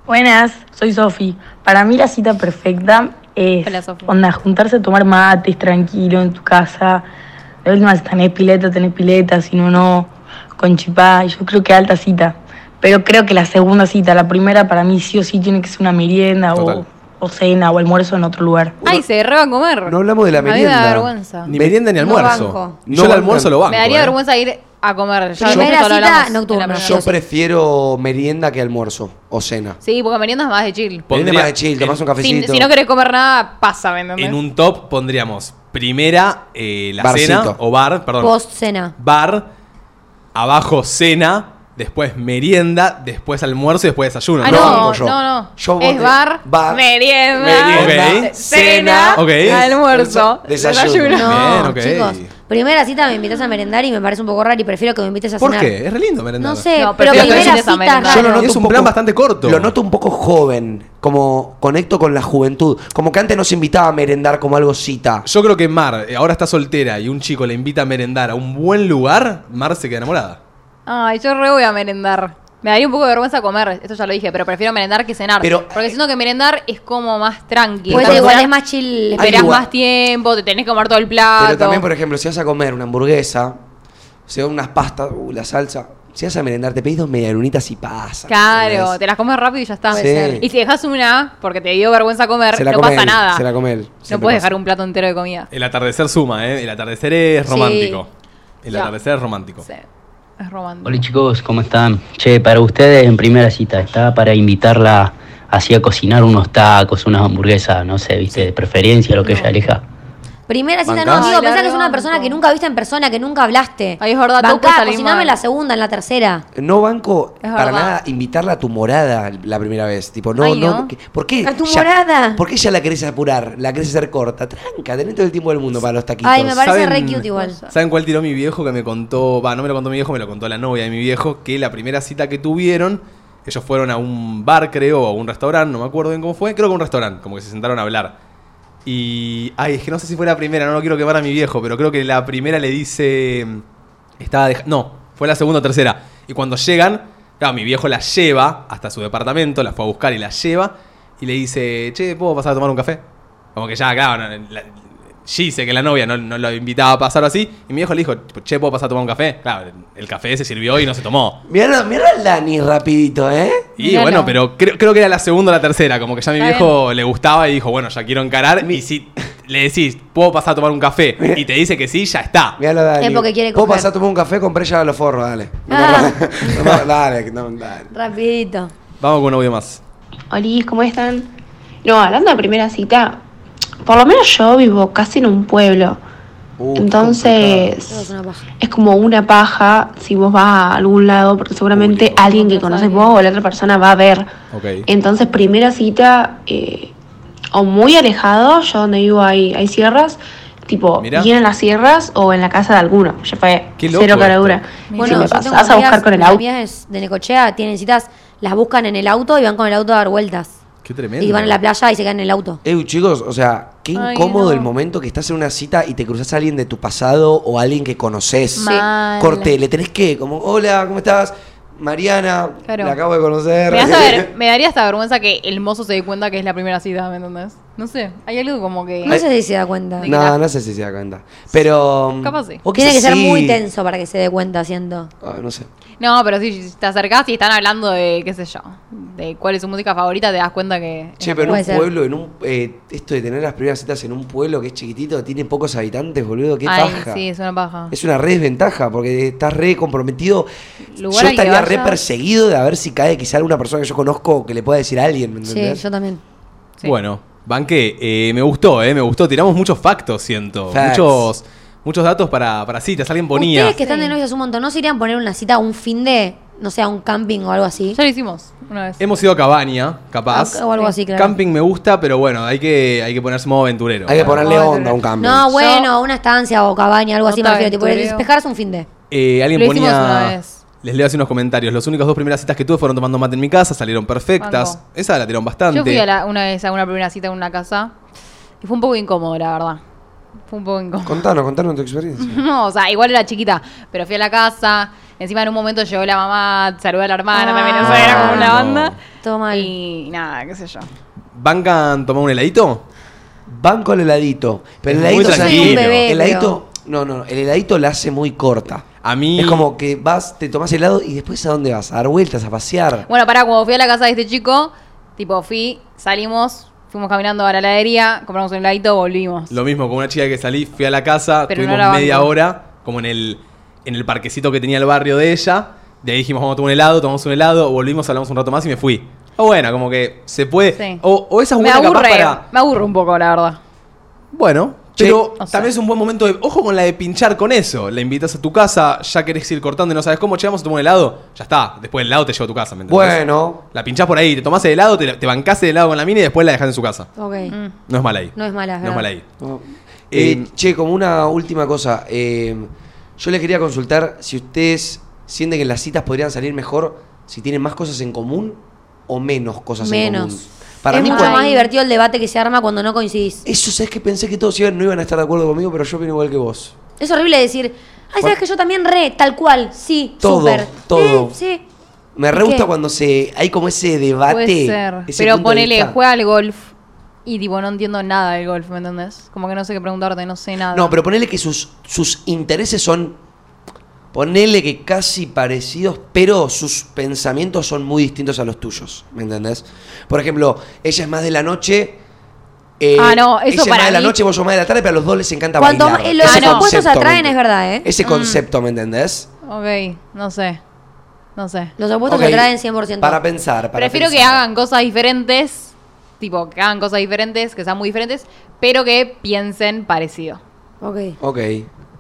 Speaker 10: Buenas, soy Sofi. Para mí la cita perfecta es
Speaker 4: Hola, Sofía.
Speaker 10: onda, juntarse a tomar mates tranquilo en tu casa. De última, si tenés pileta, tenés pileta, si no, no, con chipá. Yo creo que alta cita. Pero creo que la segunda cita, la primera para mí sí o sí tiene que ser una merienda o,
Speaker 1: Total.
Speaker 10: o cena o almuerzo en otro lugar.
Speaker 4: Ay, se re va a comer.
Speaker 2: No hablamos de la
Speaker 4: A mí me
Speaker 2: merienda.
Speaker 4: da vergüenza.
Speaker 1: Ni merienda ni
Speaker 4: No
Speaker 1: almuerzo.
Speaker 4: banco.
Speaker 1: Yo
Speaker 2: No
Speaker 1: el
Speaker 2: banco.
Speaker 1: almuerzo lo banco.
Speaker 4: me daría
Speaker 1: eh.
Speaker 4: vergüenza ir a comer. Ya
Speaker 3: Primera
Speaker 4: de esto lo
Speaker 3: cita
Speaker 4: hablamos en la
Speaker 3: nocturna.
Speaker 4: primera
Speaker 2: Yo
Speaker 3: Sí.
Speaker 2: prefiero merienda que almuerzo o cena.
Speaker 4: Sí, porque merienda es más de chill.
Speaker 2: Merienda
Speaker 1: Pondría
Speaker 2: más de chill, tomás un
Speaker 1: en-
Speaker 4: Si,
Speaker 2: cafecito.
Speaker 4: si no querés comer nada, pasa, ¿me entendés?
Speaker 1: En un top pondríamos primera eh, la
Speaker 2: Barcito.
Speaker 1: cena o bar, perdón.
Speaker 3: Post cena.
Speaker 1: Bar, abajo cena, después merienda, después almuerzo y después desayuno.
Speaker 4: Ah,
Speaker 2: Lo
Speaker 4: no,
Speaker 2: banco
Speaker 4: no,
Speaker 2: yo.
Speaker 4: no.
Speaker 2: Yo
Speaker 4: es
Speaker 2: voy-
Speaker 4: bar,
Speaker 2: bar,
Speaker 4: merienda,
Speaker 1: merienda,
Speaker 4: ok, cena,
Speaker 1: ok,
Speaker 4: almuerzo,
Speaker 2: desayuno.
Speaker 4: desayuno.
Speaker 3: No,
Speaker 1: ok.
Speaker 3: chicos. Primera cita me invitas a merendar y me parece un poco raro y prefiero que me invites a
Speaker 1: ¿Por
Speaker 3: cenar.
Speaker 1: qué? Es re lindo merendar.
Speaker 3: No sé,
Speaker 4: No,
Speaker 3: pero
Speaker 4: prefiero que
Speaker 3: primera
Speaker 4: me invites a
Speaker 3: cita es
Speaker 4: merendar.
Speaker 2: Yo
Speaker 3: raro.
Speaker 2: lo noto
Speaker 1: Es un
Speaker 2: poco-
Speaker 1: plan bastante corto.
Speaker 2: Lo noto un poco joven, como conecto con la juventud. Como que antes nos invitaba a merendar como algo cita.
Speaker 1: Yo creo que Mar, eh, ahora está soltera y un chico le invita a merendar a un buen lugar, Mar se queda enamorada.
Speaker 4: Ay, yo re voy a merendar. Me daría un poco de vergüenza comer, esto ya lo dije, pero prefiero merendar que cenar.
Speaker 2: Pero- eh,
Speaker 4: porque siento que merendar es como más tranqui.
Speaker 3: Pues
Speaker 4: Cuando
Speaker 3: igual
Speaker 4: cenás,
Speaker 3: es más chill.
Speaker 2: Ay,
Speaker 4: Esperás
Speaker 2: igual.
Speaker 4: más tiempo, te tenés que comer todo el plato.
Speaker 2: Pero también, por ejemplo, si vas a comer una hamburguesa, se dan unas pastas, uh, la salsa. Si vas a merendar, te pedís dos medialunitas y pasa.
Speaker 4: Claro, te las comes rápido y ya está.
Speaker 2: Puede Sí. ser.
Speaker 4: Y si dejas una, porque te dio vergüenza comer, no pasa nada.
Speaker 2: Se la come él.
Speaker 4: no puedes dejar un plato entero de comida.
Speaker 1: El atardecer suma, ¿eh? El atardecer es
Speaker 3: Sí.
Speaker 1: romántico. El
Speaker 4: Ya.
Speaker 1: atardecer es romántico.
Speaker 4: Sí, Es romántico.
Speaker 11: Hola chicos, ¿cómo están? Che, para ustedes en primera cita, ¿está para invitarla así a cocinar unos tacos, unas hamburguesas, no sé, viste, de preferencia, lo que ella elija?
Speaker 3: Primera cita,
Speaker 2: ¿Bancás?
Speaker 3: no, digo,
Speaker 4: Ay, la
Speaker 3: pensá que es una
Speaker 4: banco.
Speaker 3: persona que nunca viste en persona, que nunca hablaste.
Speaker 4: Ay, es verdad, todo puede
Speaker 3: Bancá,
Speaker 4: salir
Speaker 3: cociname
Speaker 4: mal.
Speaker 3: la segunda, en la tercera.
Speaker 2: No banco
Speaker 4: Es
Speaker 2: para
Speaker 4: verdad.
Speaker 2: nada invitarla a tu morada la primera vez. Tipo, no,
Speaker 4: Ay,
Speaker 2: no.
Speaker 4: no.
Speaker 2: que- ¿Por qué?
Speaker 3: A tu
Speaker 2: ya-
Speaker 3: morada.
Speaker 2: ¿Por qué ya la querés apurar? La querés hacer corta. Tranca, tenés todo el tiempo del mundo para los taquitos.
Speaker 3: Ay, me parece
Speaker 1: ¿Saben-
Speaker 3: re cute igual.
Speaker 1: ¿Saben cuál tiró mi viejo que me contó? Va, no me lo contó mi viejo, me lo contó la novia de mi viejo, que la primera cita que tuvieron, ellos fueron a un bar, creo, o a un restaurante, no me acuerdo bien cómo fue, creo que a un restaurante, como que se sentaron a hablar. Y, ay, es que no sé si fue la primera, no lo quiero quemar a mi viejo, pero creo que la primera le dice, estaba deja- no, fue la segunda o tercera. Y cuando llegan, claro, mi viejo la lleva hasta su departamento, la fue a buscar y la lleva, y le dice, che, ¿puedo pasar a tomar un café? Como que ya, claro, no, la- Gise, que la novia no, no lo invitaba a pasar o así, y mi viejo le dijo, che, ¿puedo pasar a tomar un café? Claro, el café se sirvió y no se tomó.
Speaker 2: Mirá, mirá al Dani rapidito, ¿eh?
Speaker 1: Y
Speaker 4: Mirá,
Speaker 1: bueno,
Speaker 4: no.
Speaker 1: pero creo, creo que era la segunda o la tercera, como que ya a mi
Speaker 4: Está
Speaker 1: viejo le gustaba y dijo, bueno, ya quiero encarar, y si le decís, ¿puedo pasar a tomar un café? Y te dice que sí, ya está.
Speaker 2: Mirá lo Dani.
Speaker 3: Es porque quiere
Speaker 2: Vos
Speaker 3: coger.
Speaker 2: pasás a tomar un café, compré ya los forros, dale. No me
Speaker 3: Ah.
Speaker 2: rompas- no me- dale, no, dale.
Speaker 3: Rapidito.
Speaker 1: Vamos con un audio más.
Speaker 10: Olis, ¿cómo están? No, hablando de primera cita, por lo menos yo vivo casi en un pueblo.
Speaker 2: Uh, qué
Speaker 3: Todo es
Speaker 10: Entonces,
Speaker 3: una paja.
Speaker 10: es como una paja si vos vas a algún lado, porque seguramente
Speaker 2: Público.
Speaker 10: alguien que
Speaker 4: Otros
Speaker 10: conoces
Speaker 4: alguien.
Speaker 10: vos o la otra persona va a ver.
Speaker 1: Ok.
Speaker 10: Entonces, primera cita, eh, o muy alejado, yo donde vivo hay, hay sierras, tipo,
Speaker 1: Mirá.
Speaker 10: ir en las sierras o en la casa de alguno. Ya fue
Speaker 1: Qué loco
Speaker 10: cero caradura.
Speaker 1: esto.
Speaker 10: si
Speaker 3: Bueno,
Speaker 10: me
Speaker 3: yo tengo
Speaker 10: pasás a buscar
Speaker 3: amigas-
Speaker 10: con el
Speaker 3: mis
Speaker 10: auto.
Speaker 3: amigas de Necochea tienen citas, las buscan en el auto y van con el auto a dar vueltas.
Speaker 1: Qué tremendo.
Speaker 3: Y van a la playa y se quedan en el auto.
Speaker 2: Ew, chicos, o sea, qué
Speaker 4: Ay,
Speaker 2: incómodo
Speaker 4: no.
Speaker 2: el momento que estás en una cita y te cruzas a alguien de tu pasado o a alguien que conoces.
Speaker 4: Mal.
Speaker 2: Corte, le tenés que, como, hola, ¿cómo estás? Mariana,
Speaker 4: Claro.
Speaker 2: la acabo de conocer.
Speaker 4: Me, da hasta ver- me daría hasta vergüenza que el mozo se dé cuenta que es la primera cita, ¿me entendés? No sé, hay algo como que...
Speaker 3: No sé si se da cuenta.
Speaker 4: Sí.
Speaker 2: no, no sé si se da cuenta. Pero.
Speaker 4: Capaz sí.
Speaker 2: o
Speaker 3: Tiene que
Speaker 2: quizás
Speaker 3: ser
Speaker 2: sí.
Speaker 3: muy tenso para que se dé cuenta, siento.
Speaker 2: Ah, no sé.
Speaker 4: No, pero si te acercás y están hablando de, qué sé yo, de cuál es su música favorita, te das cuenta que...
Speaker 2: Che, pero en
Speaker 3: Puede
Speaker 2: un
Speaker 3: ser.
Speaker 2: pueblo, en un, eh, esto de tener las primeras citas en un pueblo que es chiquitito, tiene pocos habitantes, boludo, qué
Speaker 4: Ay,
Speaker 2: paja.
Speaker 4: sí, es una paja.
Speaker 2: Es una re desventaja porque estás re comprometido.
Speaker 4: Lugar
Speaker 2: yo
Speaker 4: al que
Speaker 2: estaría re
Speaker 4: vayas.
Speaker 2: perseguido de a ver si cae quizá alguna persona que yo conozco que le pueda decir a alguien, ¿me
Speaker 3: Sí,
Speaker 2: entendés?
Speaker 3: yo también.
Speaker 4: Sí.
Speaker 1: Bueno, Banque, eh, me gustó, eh, me gustó. Tiramos muchos factos, siento.
Speaker 2: Facts.
Speaker 1: Muchos muchos datos para, para citas. Alguien ponía...
Speaker 3: Ustedes que están de novios hace un montón, ¿no se irían a poner una cita a un fin de, no sé, a un camping o algo así?
Speaker 4: Ya lo hicimos una vez.
Speaker 1: Hemos ido a Cabaña, capaz.
Speaker 3: O algo así, claro.
Speaker 1: Camping me gusta, pero bueno, hay que, hay que ponerse modo aventurero.
Speaker 2: Hay que ponerle
Speaker 4: Bueno,
Speaker 2: onda a un cambio.
Speaker 3: No,
Speaker 4: Yo-
Speaker 3: bueno, una estancia o cabaña, algo
Speaker 4: No
Speaker 3: así,
Speaker 4: te
Speaker 3: me refiero. Tipo,
Speaker 4: aventureo.
Speaker 3: despejarse un fin de.
Speaker 1: Eh, alguien
Speaker 4: Lo hicimos
Speaker 1: ponía.
Speaker 4: una vez.
Speaker 1: Les leo así unos comentarios. Los únicos dos primeras citas que tuve fueron tomando mate en mi casa, salieron perfectas.
Speaker 4: Banco.
Speaker 1: Esa la tiraron bastante.
Speaker 4: Yo fui a la- una vez a una primera cita en una casa y fue un poco incómodo, la verdad. Fue un poco incómodo.
Speaker 2: Contanos, contanos tu experiencia.
Speaker 4: No, o sea, igual era chiquita, pero fui a la casa. Encima en un momento llegó la mamá, saludó a la hermana
Speaker 3: Ah.
Speaker 4: también, o sea, era como una
Speaker 1: No.
Speaker 4: banda.
Speaker 3: Todo mal.
Speaker 4: Y nada, qué sé yo.
Speaker 1: ¿Bancan tomar un heladito?
Speaker 2: Banco el heladito. Pero el
Speaker 1: Es muy
Speaker 2: heladito, ¿sabes
Speaker 1: tranquilo.
Speaker 2: qué?
Speaker 1: Soy un bebé,
Speaker 2: el heladito no, no, no, el heladito la hace muy corta.
Speaker 1: A mí.
Speaker 2: Es como que vas, te tomás helado y después a dónde vas? A dar vueltas, a pasear.
Speaker 4: Bueno, pará, cuando fui a la casa de este chico, tipo, fui, salimos, fuimos caminando a la heladería, compramos un heladito, volvimos.
Speaker 1: Lo mismo con una chica que salí, fui a la casa,
Speaker 4: Pero no
Speaker 1: tuvimos
Speaker 4: la banco.
Speaker 1: media hora, como en el, en el parquecito que tenía el barrio de ella. De ahí dijimos, vamos a tomar un helado, tomamos un helado, volvimos, hablamos un rato más y me fui. O bueno, como que se puede.
Speaker 4: Sí.
Speaker 1: O, o esa es
Speaker 4: Me
Speaker 1: buena capaz
Speaker 4: aburre,
Speaker 1: para.
Speaker 4: me aburre un poco, la verdad.
Speaker 1: Bueno, pero
Speaker 4: O sea.
Speaker 1: también es un buen momento de. Ojo con la de pinchar con eso. La invitas a tu casa, ya querés ir cortando y no sabes cómo, che, vamos a tomar un helado. Ya está, después el helado te llevo a tu casa, ¿me entendés?
Speaker 2: Bueno.
Speaker 1: La pinchás por ahí, te tomás el helado, te, la- te bancás el helado con la mina y después la dejás en su casa.
Speaker 3: Ok.
Speaker 4: Mm,
Speaker 1: No es mala ahí.
Speaker 3: Mm. No es mala, es
Speaker 1: No es
Speaker 3: verdad.
Speaker 1: mala ahí.
Speaker 2: No. Eh,
Speaker 1: Eh,
Speaker 2: che, como una última cosa, eh, yo les quería consultar si ustedes sienten que las citas podrían salir mejor si tienen más cosas en común o menos cosas en
Speaker 3: Menos.
Speaker 2: común. Para
Speaker 3: es
Speaker 2: mí,
Speaker 3: mucho
Speaker 2: cuando-
Speaker 3: más divertido el debate que se arma cuando no coincidís.
Speaker 2: eso sabes que pensé que todos iban, no iban a estar de acuerdo conmigo, pero yo opino igual que vos.
Speaker 3: Es horrible decir, ay, sabes que yo también re, tal cual, sí,
Speaker 2: Todo,
Speaker 3: súper.
Speaker 2: todo.
Speaker 3: Eh, sí.
Speaker 2: Me re
Speaker 3: ¿Qué?
Speaker 2: gusta cuando se hay como ese debate.
Speaker 4: Puede ser.
Speaker 2: ese
Speaker 4: Pero
Speaker 2: punto de
Speaker 4: ponele,
Speaker 2: vista.
Speaker 4: juega al golf y tipo, no entiendo nada del golf, ¿me entendés? Como que no sé qué preguntarte, no sé nada.
Speaker 2: No, pero ponele que sus, sus intereses son. Ponele que casi parecidos, pero sus pensamientos son muy distintos a los tuyos. ¿Me entendés? Por ejemplo, ella es más de la noche. eh,
Speaker 4: Ah, no, eso
Speaker 2: ella es
Speaker 4: para
Speaker 2: más de la
Speaker 4: mí-
Speaker 2: noche, vos sos más de la tarde, pero a los dos les encanta
Speaker 3: Cuanto
Speaker 2: bailar.
Speaker 3: más- eh, los
Speaker 2: Ese
Speaker 4: opuestos
Speaker 2: concepto, ¿me
Speaker 3: atraen,
Speaker 2: entendés?
Speaker 3: es verdad, ¿eh?
Speaker 2: Ese concepto, ¿me entendés?
Speaker 4: Ok, no sé. No sé.
Speaker 3: Los opuestos
Speaker 2: Ok,
Speaker 3: se atraen 100%.
Speaker 2: Para pensar. para
Speaker 4: Prefiero que
Speaker 2: pensar.
Speaker 4: hagan cosas diferentes, tipo, que hagan cosas diferentes, que sean muy diferentes, pero que piensen parecido.
Speaker 3: Ok.
Speaker 2: Ok.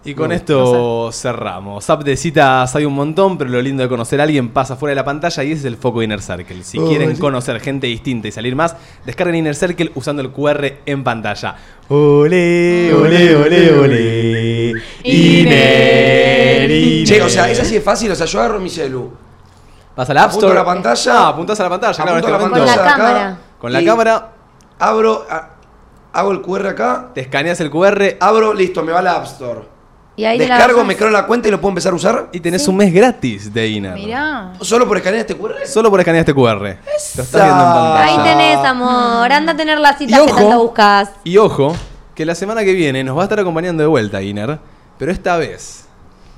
Speaker 1: Y con
Speaker 2: No,
Speaker 1: esto cerramos. App de citas hay un montón, pero lo lindo de conocer a alguien pasa fuera de la pantalla y ese es el foco de Inner Circle. Si
Speaker 2: Oh,
Speaker 1: quieren
Speaker 2: sí.
Speaker 1: conocer gente distinta y salir más, descarguen Inner Circle usando el QR en pantalla. Ole, ole, ole, ole. Inner, Inner.
Speaker 2: Che, o sea, es así de fácil. O sea, yo agarro mi celu.
Speaker 1: Vas a la App
Speaker 2: Apunto
Speaker 1: Store.
Speaker 2: a la pantalla.
Speaker 1: Ah, apuntás a la pantalla, claro, en este
Speaker 2: Apunto a la
Speaker 1: momento.
Speaker 3: Con
Speaker 2: pantalla
Speaker 3: la
Speaker 2: acá,
Speaker 3: cámara.
Speaker 1: Con la
Speaker 2: y
Speaker 1: cámara,
Speaker 2: Abro, a- hago el QR acá.
Speaker 1: te escaneas el QR
Speaker 2: Abro, listo, me va a la App Store.
Speaker 3: Y ahí te la
Speaker 2: Descargo,
Speaker 3: basás.
Speaker 2: me creo la cuenta y lo puedo empezar a usar.
Speaker 1: y tenés un mes gratis de Inner.
Speaker 4: Mirá.
Speaker 2: Solo por escanear este QR.
Speaker 1: Solo por escanear este QR. Lo estás viendo en pantalla.
Speaker 3: Ahí tenés, amor. Anda a tener las citas
Speaker 1: Ah. Y
Speaker 3: que
Speaker 1: ojo.
Speaker 3: tanto buscas.
Speaker 1: Y ojo, que la semana que viene nos va a estar acompañando de vuelta Iner, pero esta vez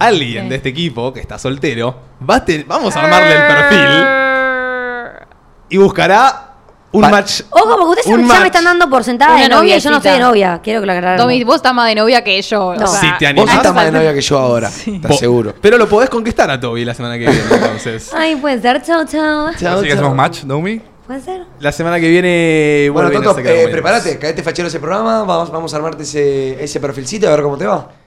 Speaker 1: alguien de este equipo que está soltero va a ten- vamos a armarle el perfil y buscará un
Speaker 2: Pa-
Speaker 1: match.
Speaker 3: Ojo, porque ustedes
Speaker 1: Un
Speaker 3: ya
Speaker 1: match.
Speaker 3: me están dando por sentada
Speaker 4: Una
Speaker 3: de novia y yo
Speaker 4: noviecita.
Speaker 3: no estoy de novia. Quiero que lo aclararan.
Speaker 4: Tommy, vos estás más de novia que yo.
Speaker 3: No.
Speaker 4: O sea,
Speaker 1: Si te
Speaker 2: Vos
Speaker 1: animás.
Speaker 2: estás más de novia que yo ahora. Estás
Speaker 1: Bo-
Speaker 2: seguro.
Speaker 1: Pero lo podés conquistar a Toby la semana que viene, entonces.
Speaker 3: Ay, puede ser. Chau, chau.
Speaker 7: Así que hacemos match, Domi.
Speaker 3: Puede ser.
Speaker 1: La semana que viene
Speaker 2: Bueno,
Speaker 1: vuelve Inés
Speaker 7: este
Speaker 2: Toto,
Speaker 1: a quedar
Speaker 2: eh,
Speaker 1: muy
Speaker 2: prepárate, caete fachero ese programa, vamos, vamos a armarte ese, ese perfilcito y a ver cómo te va.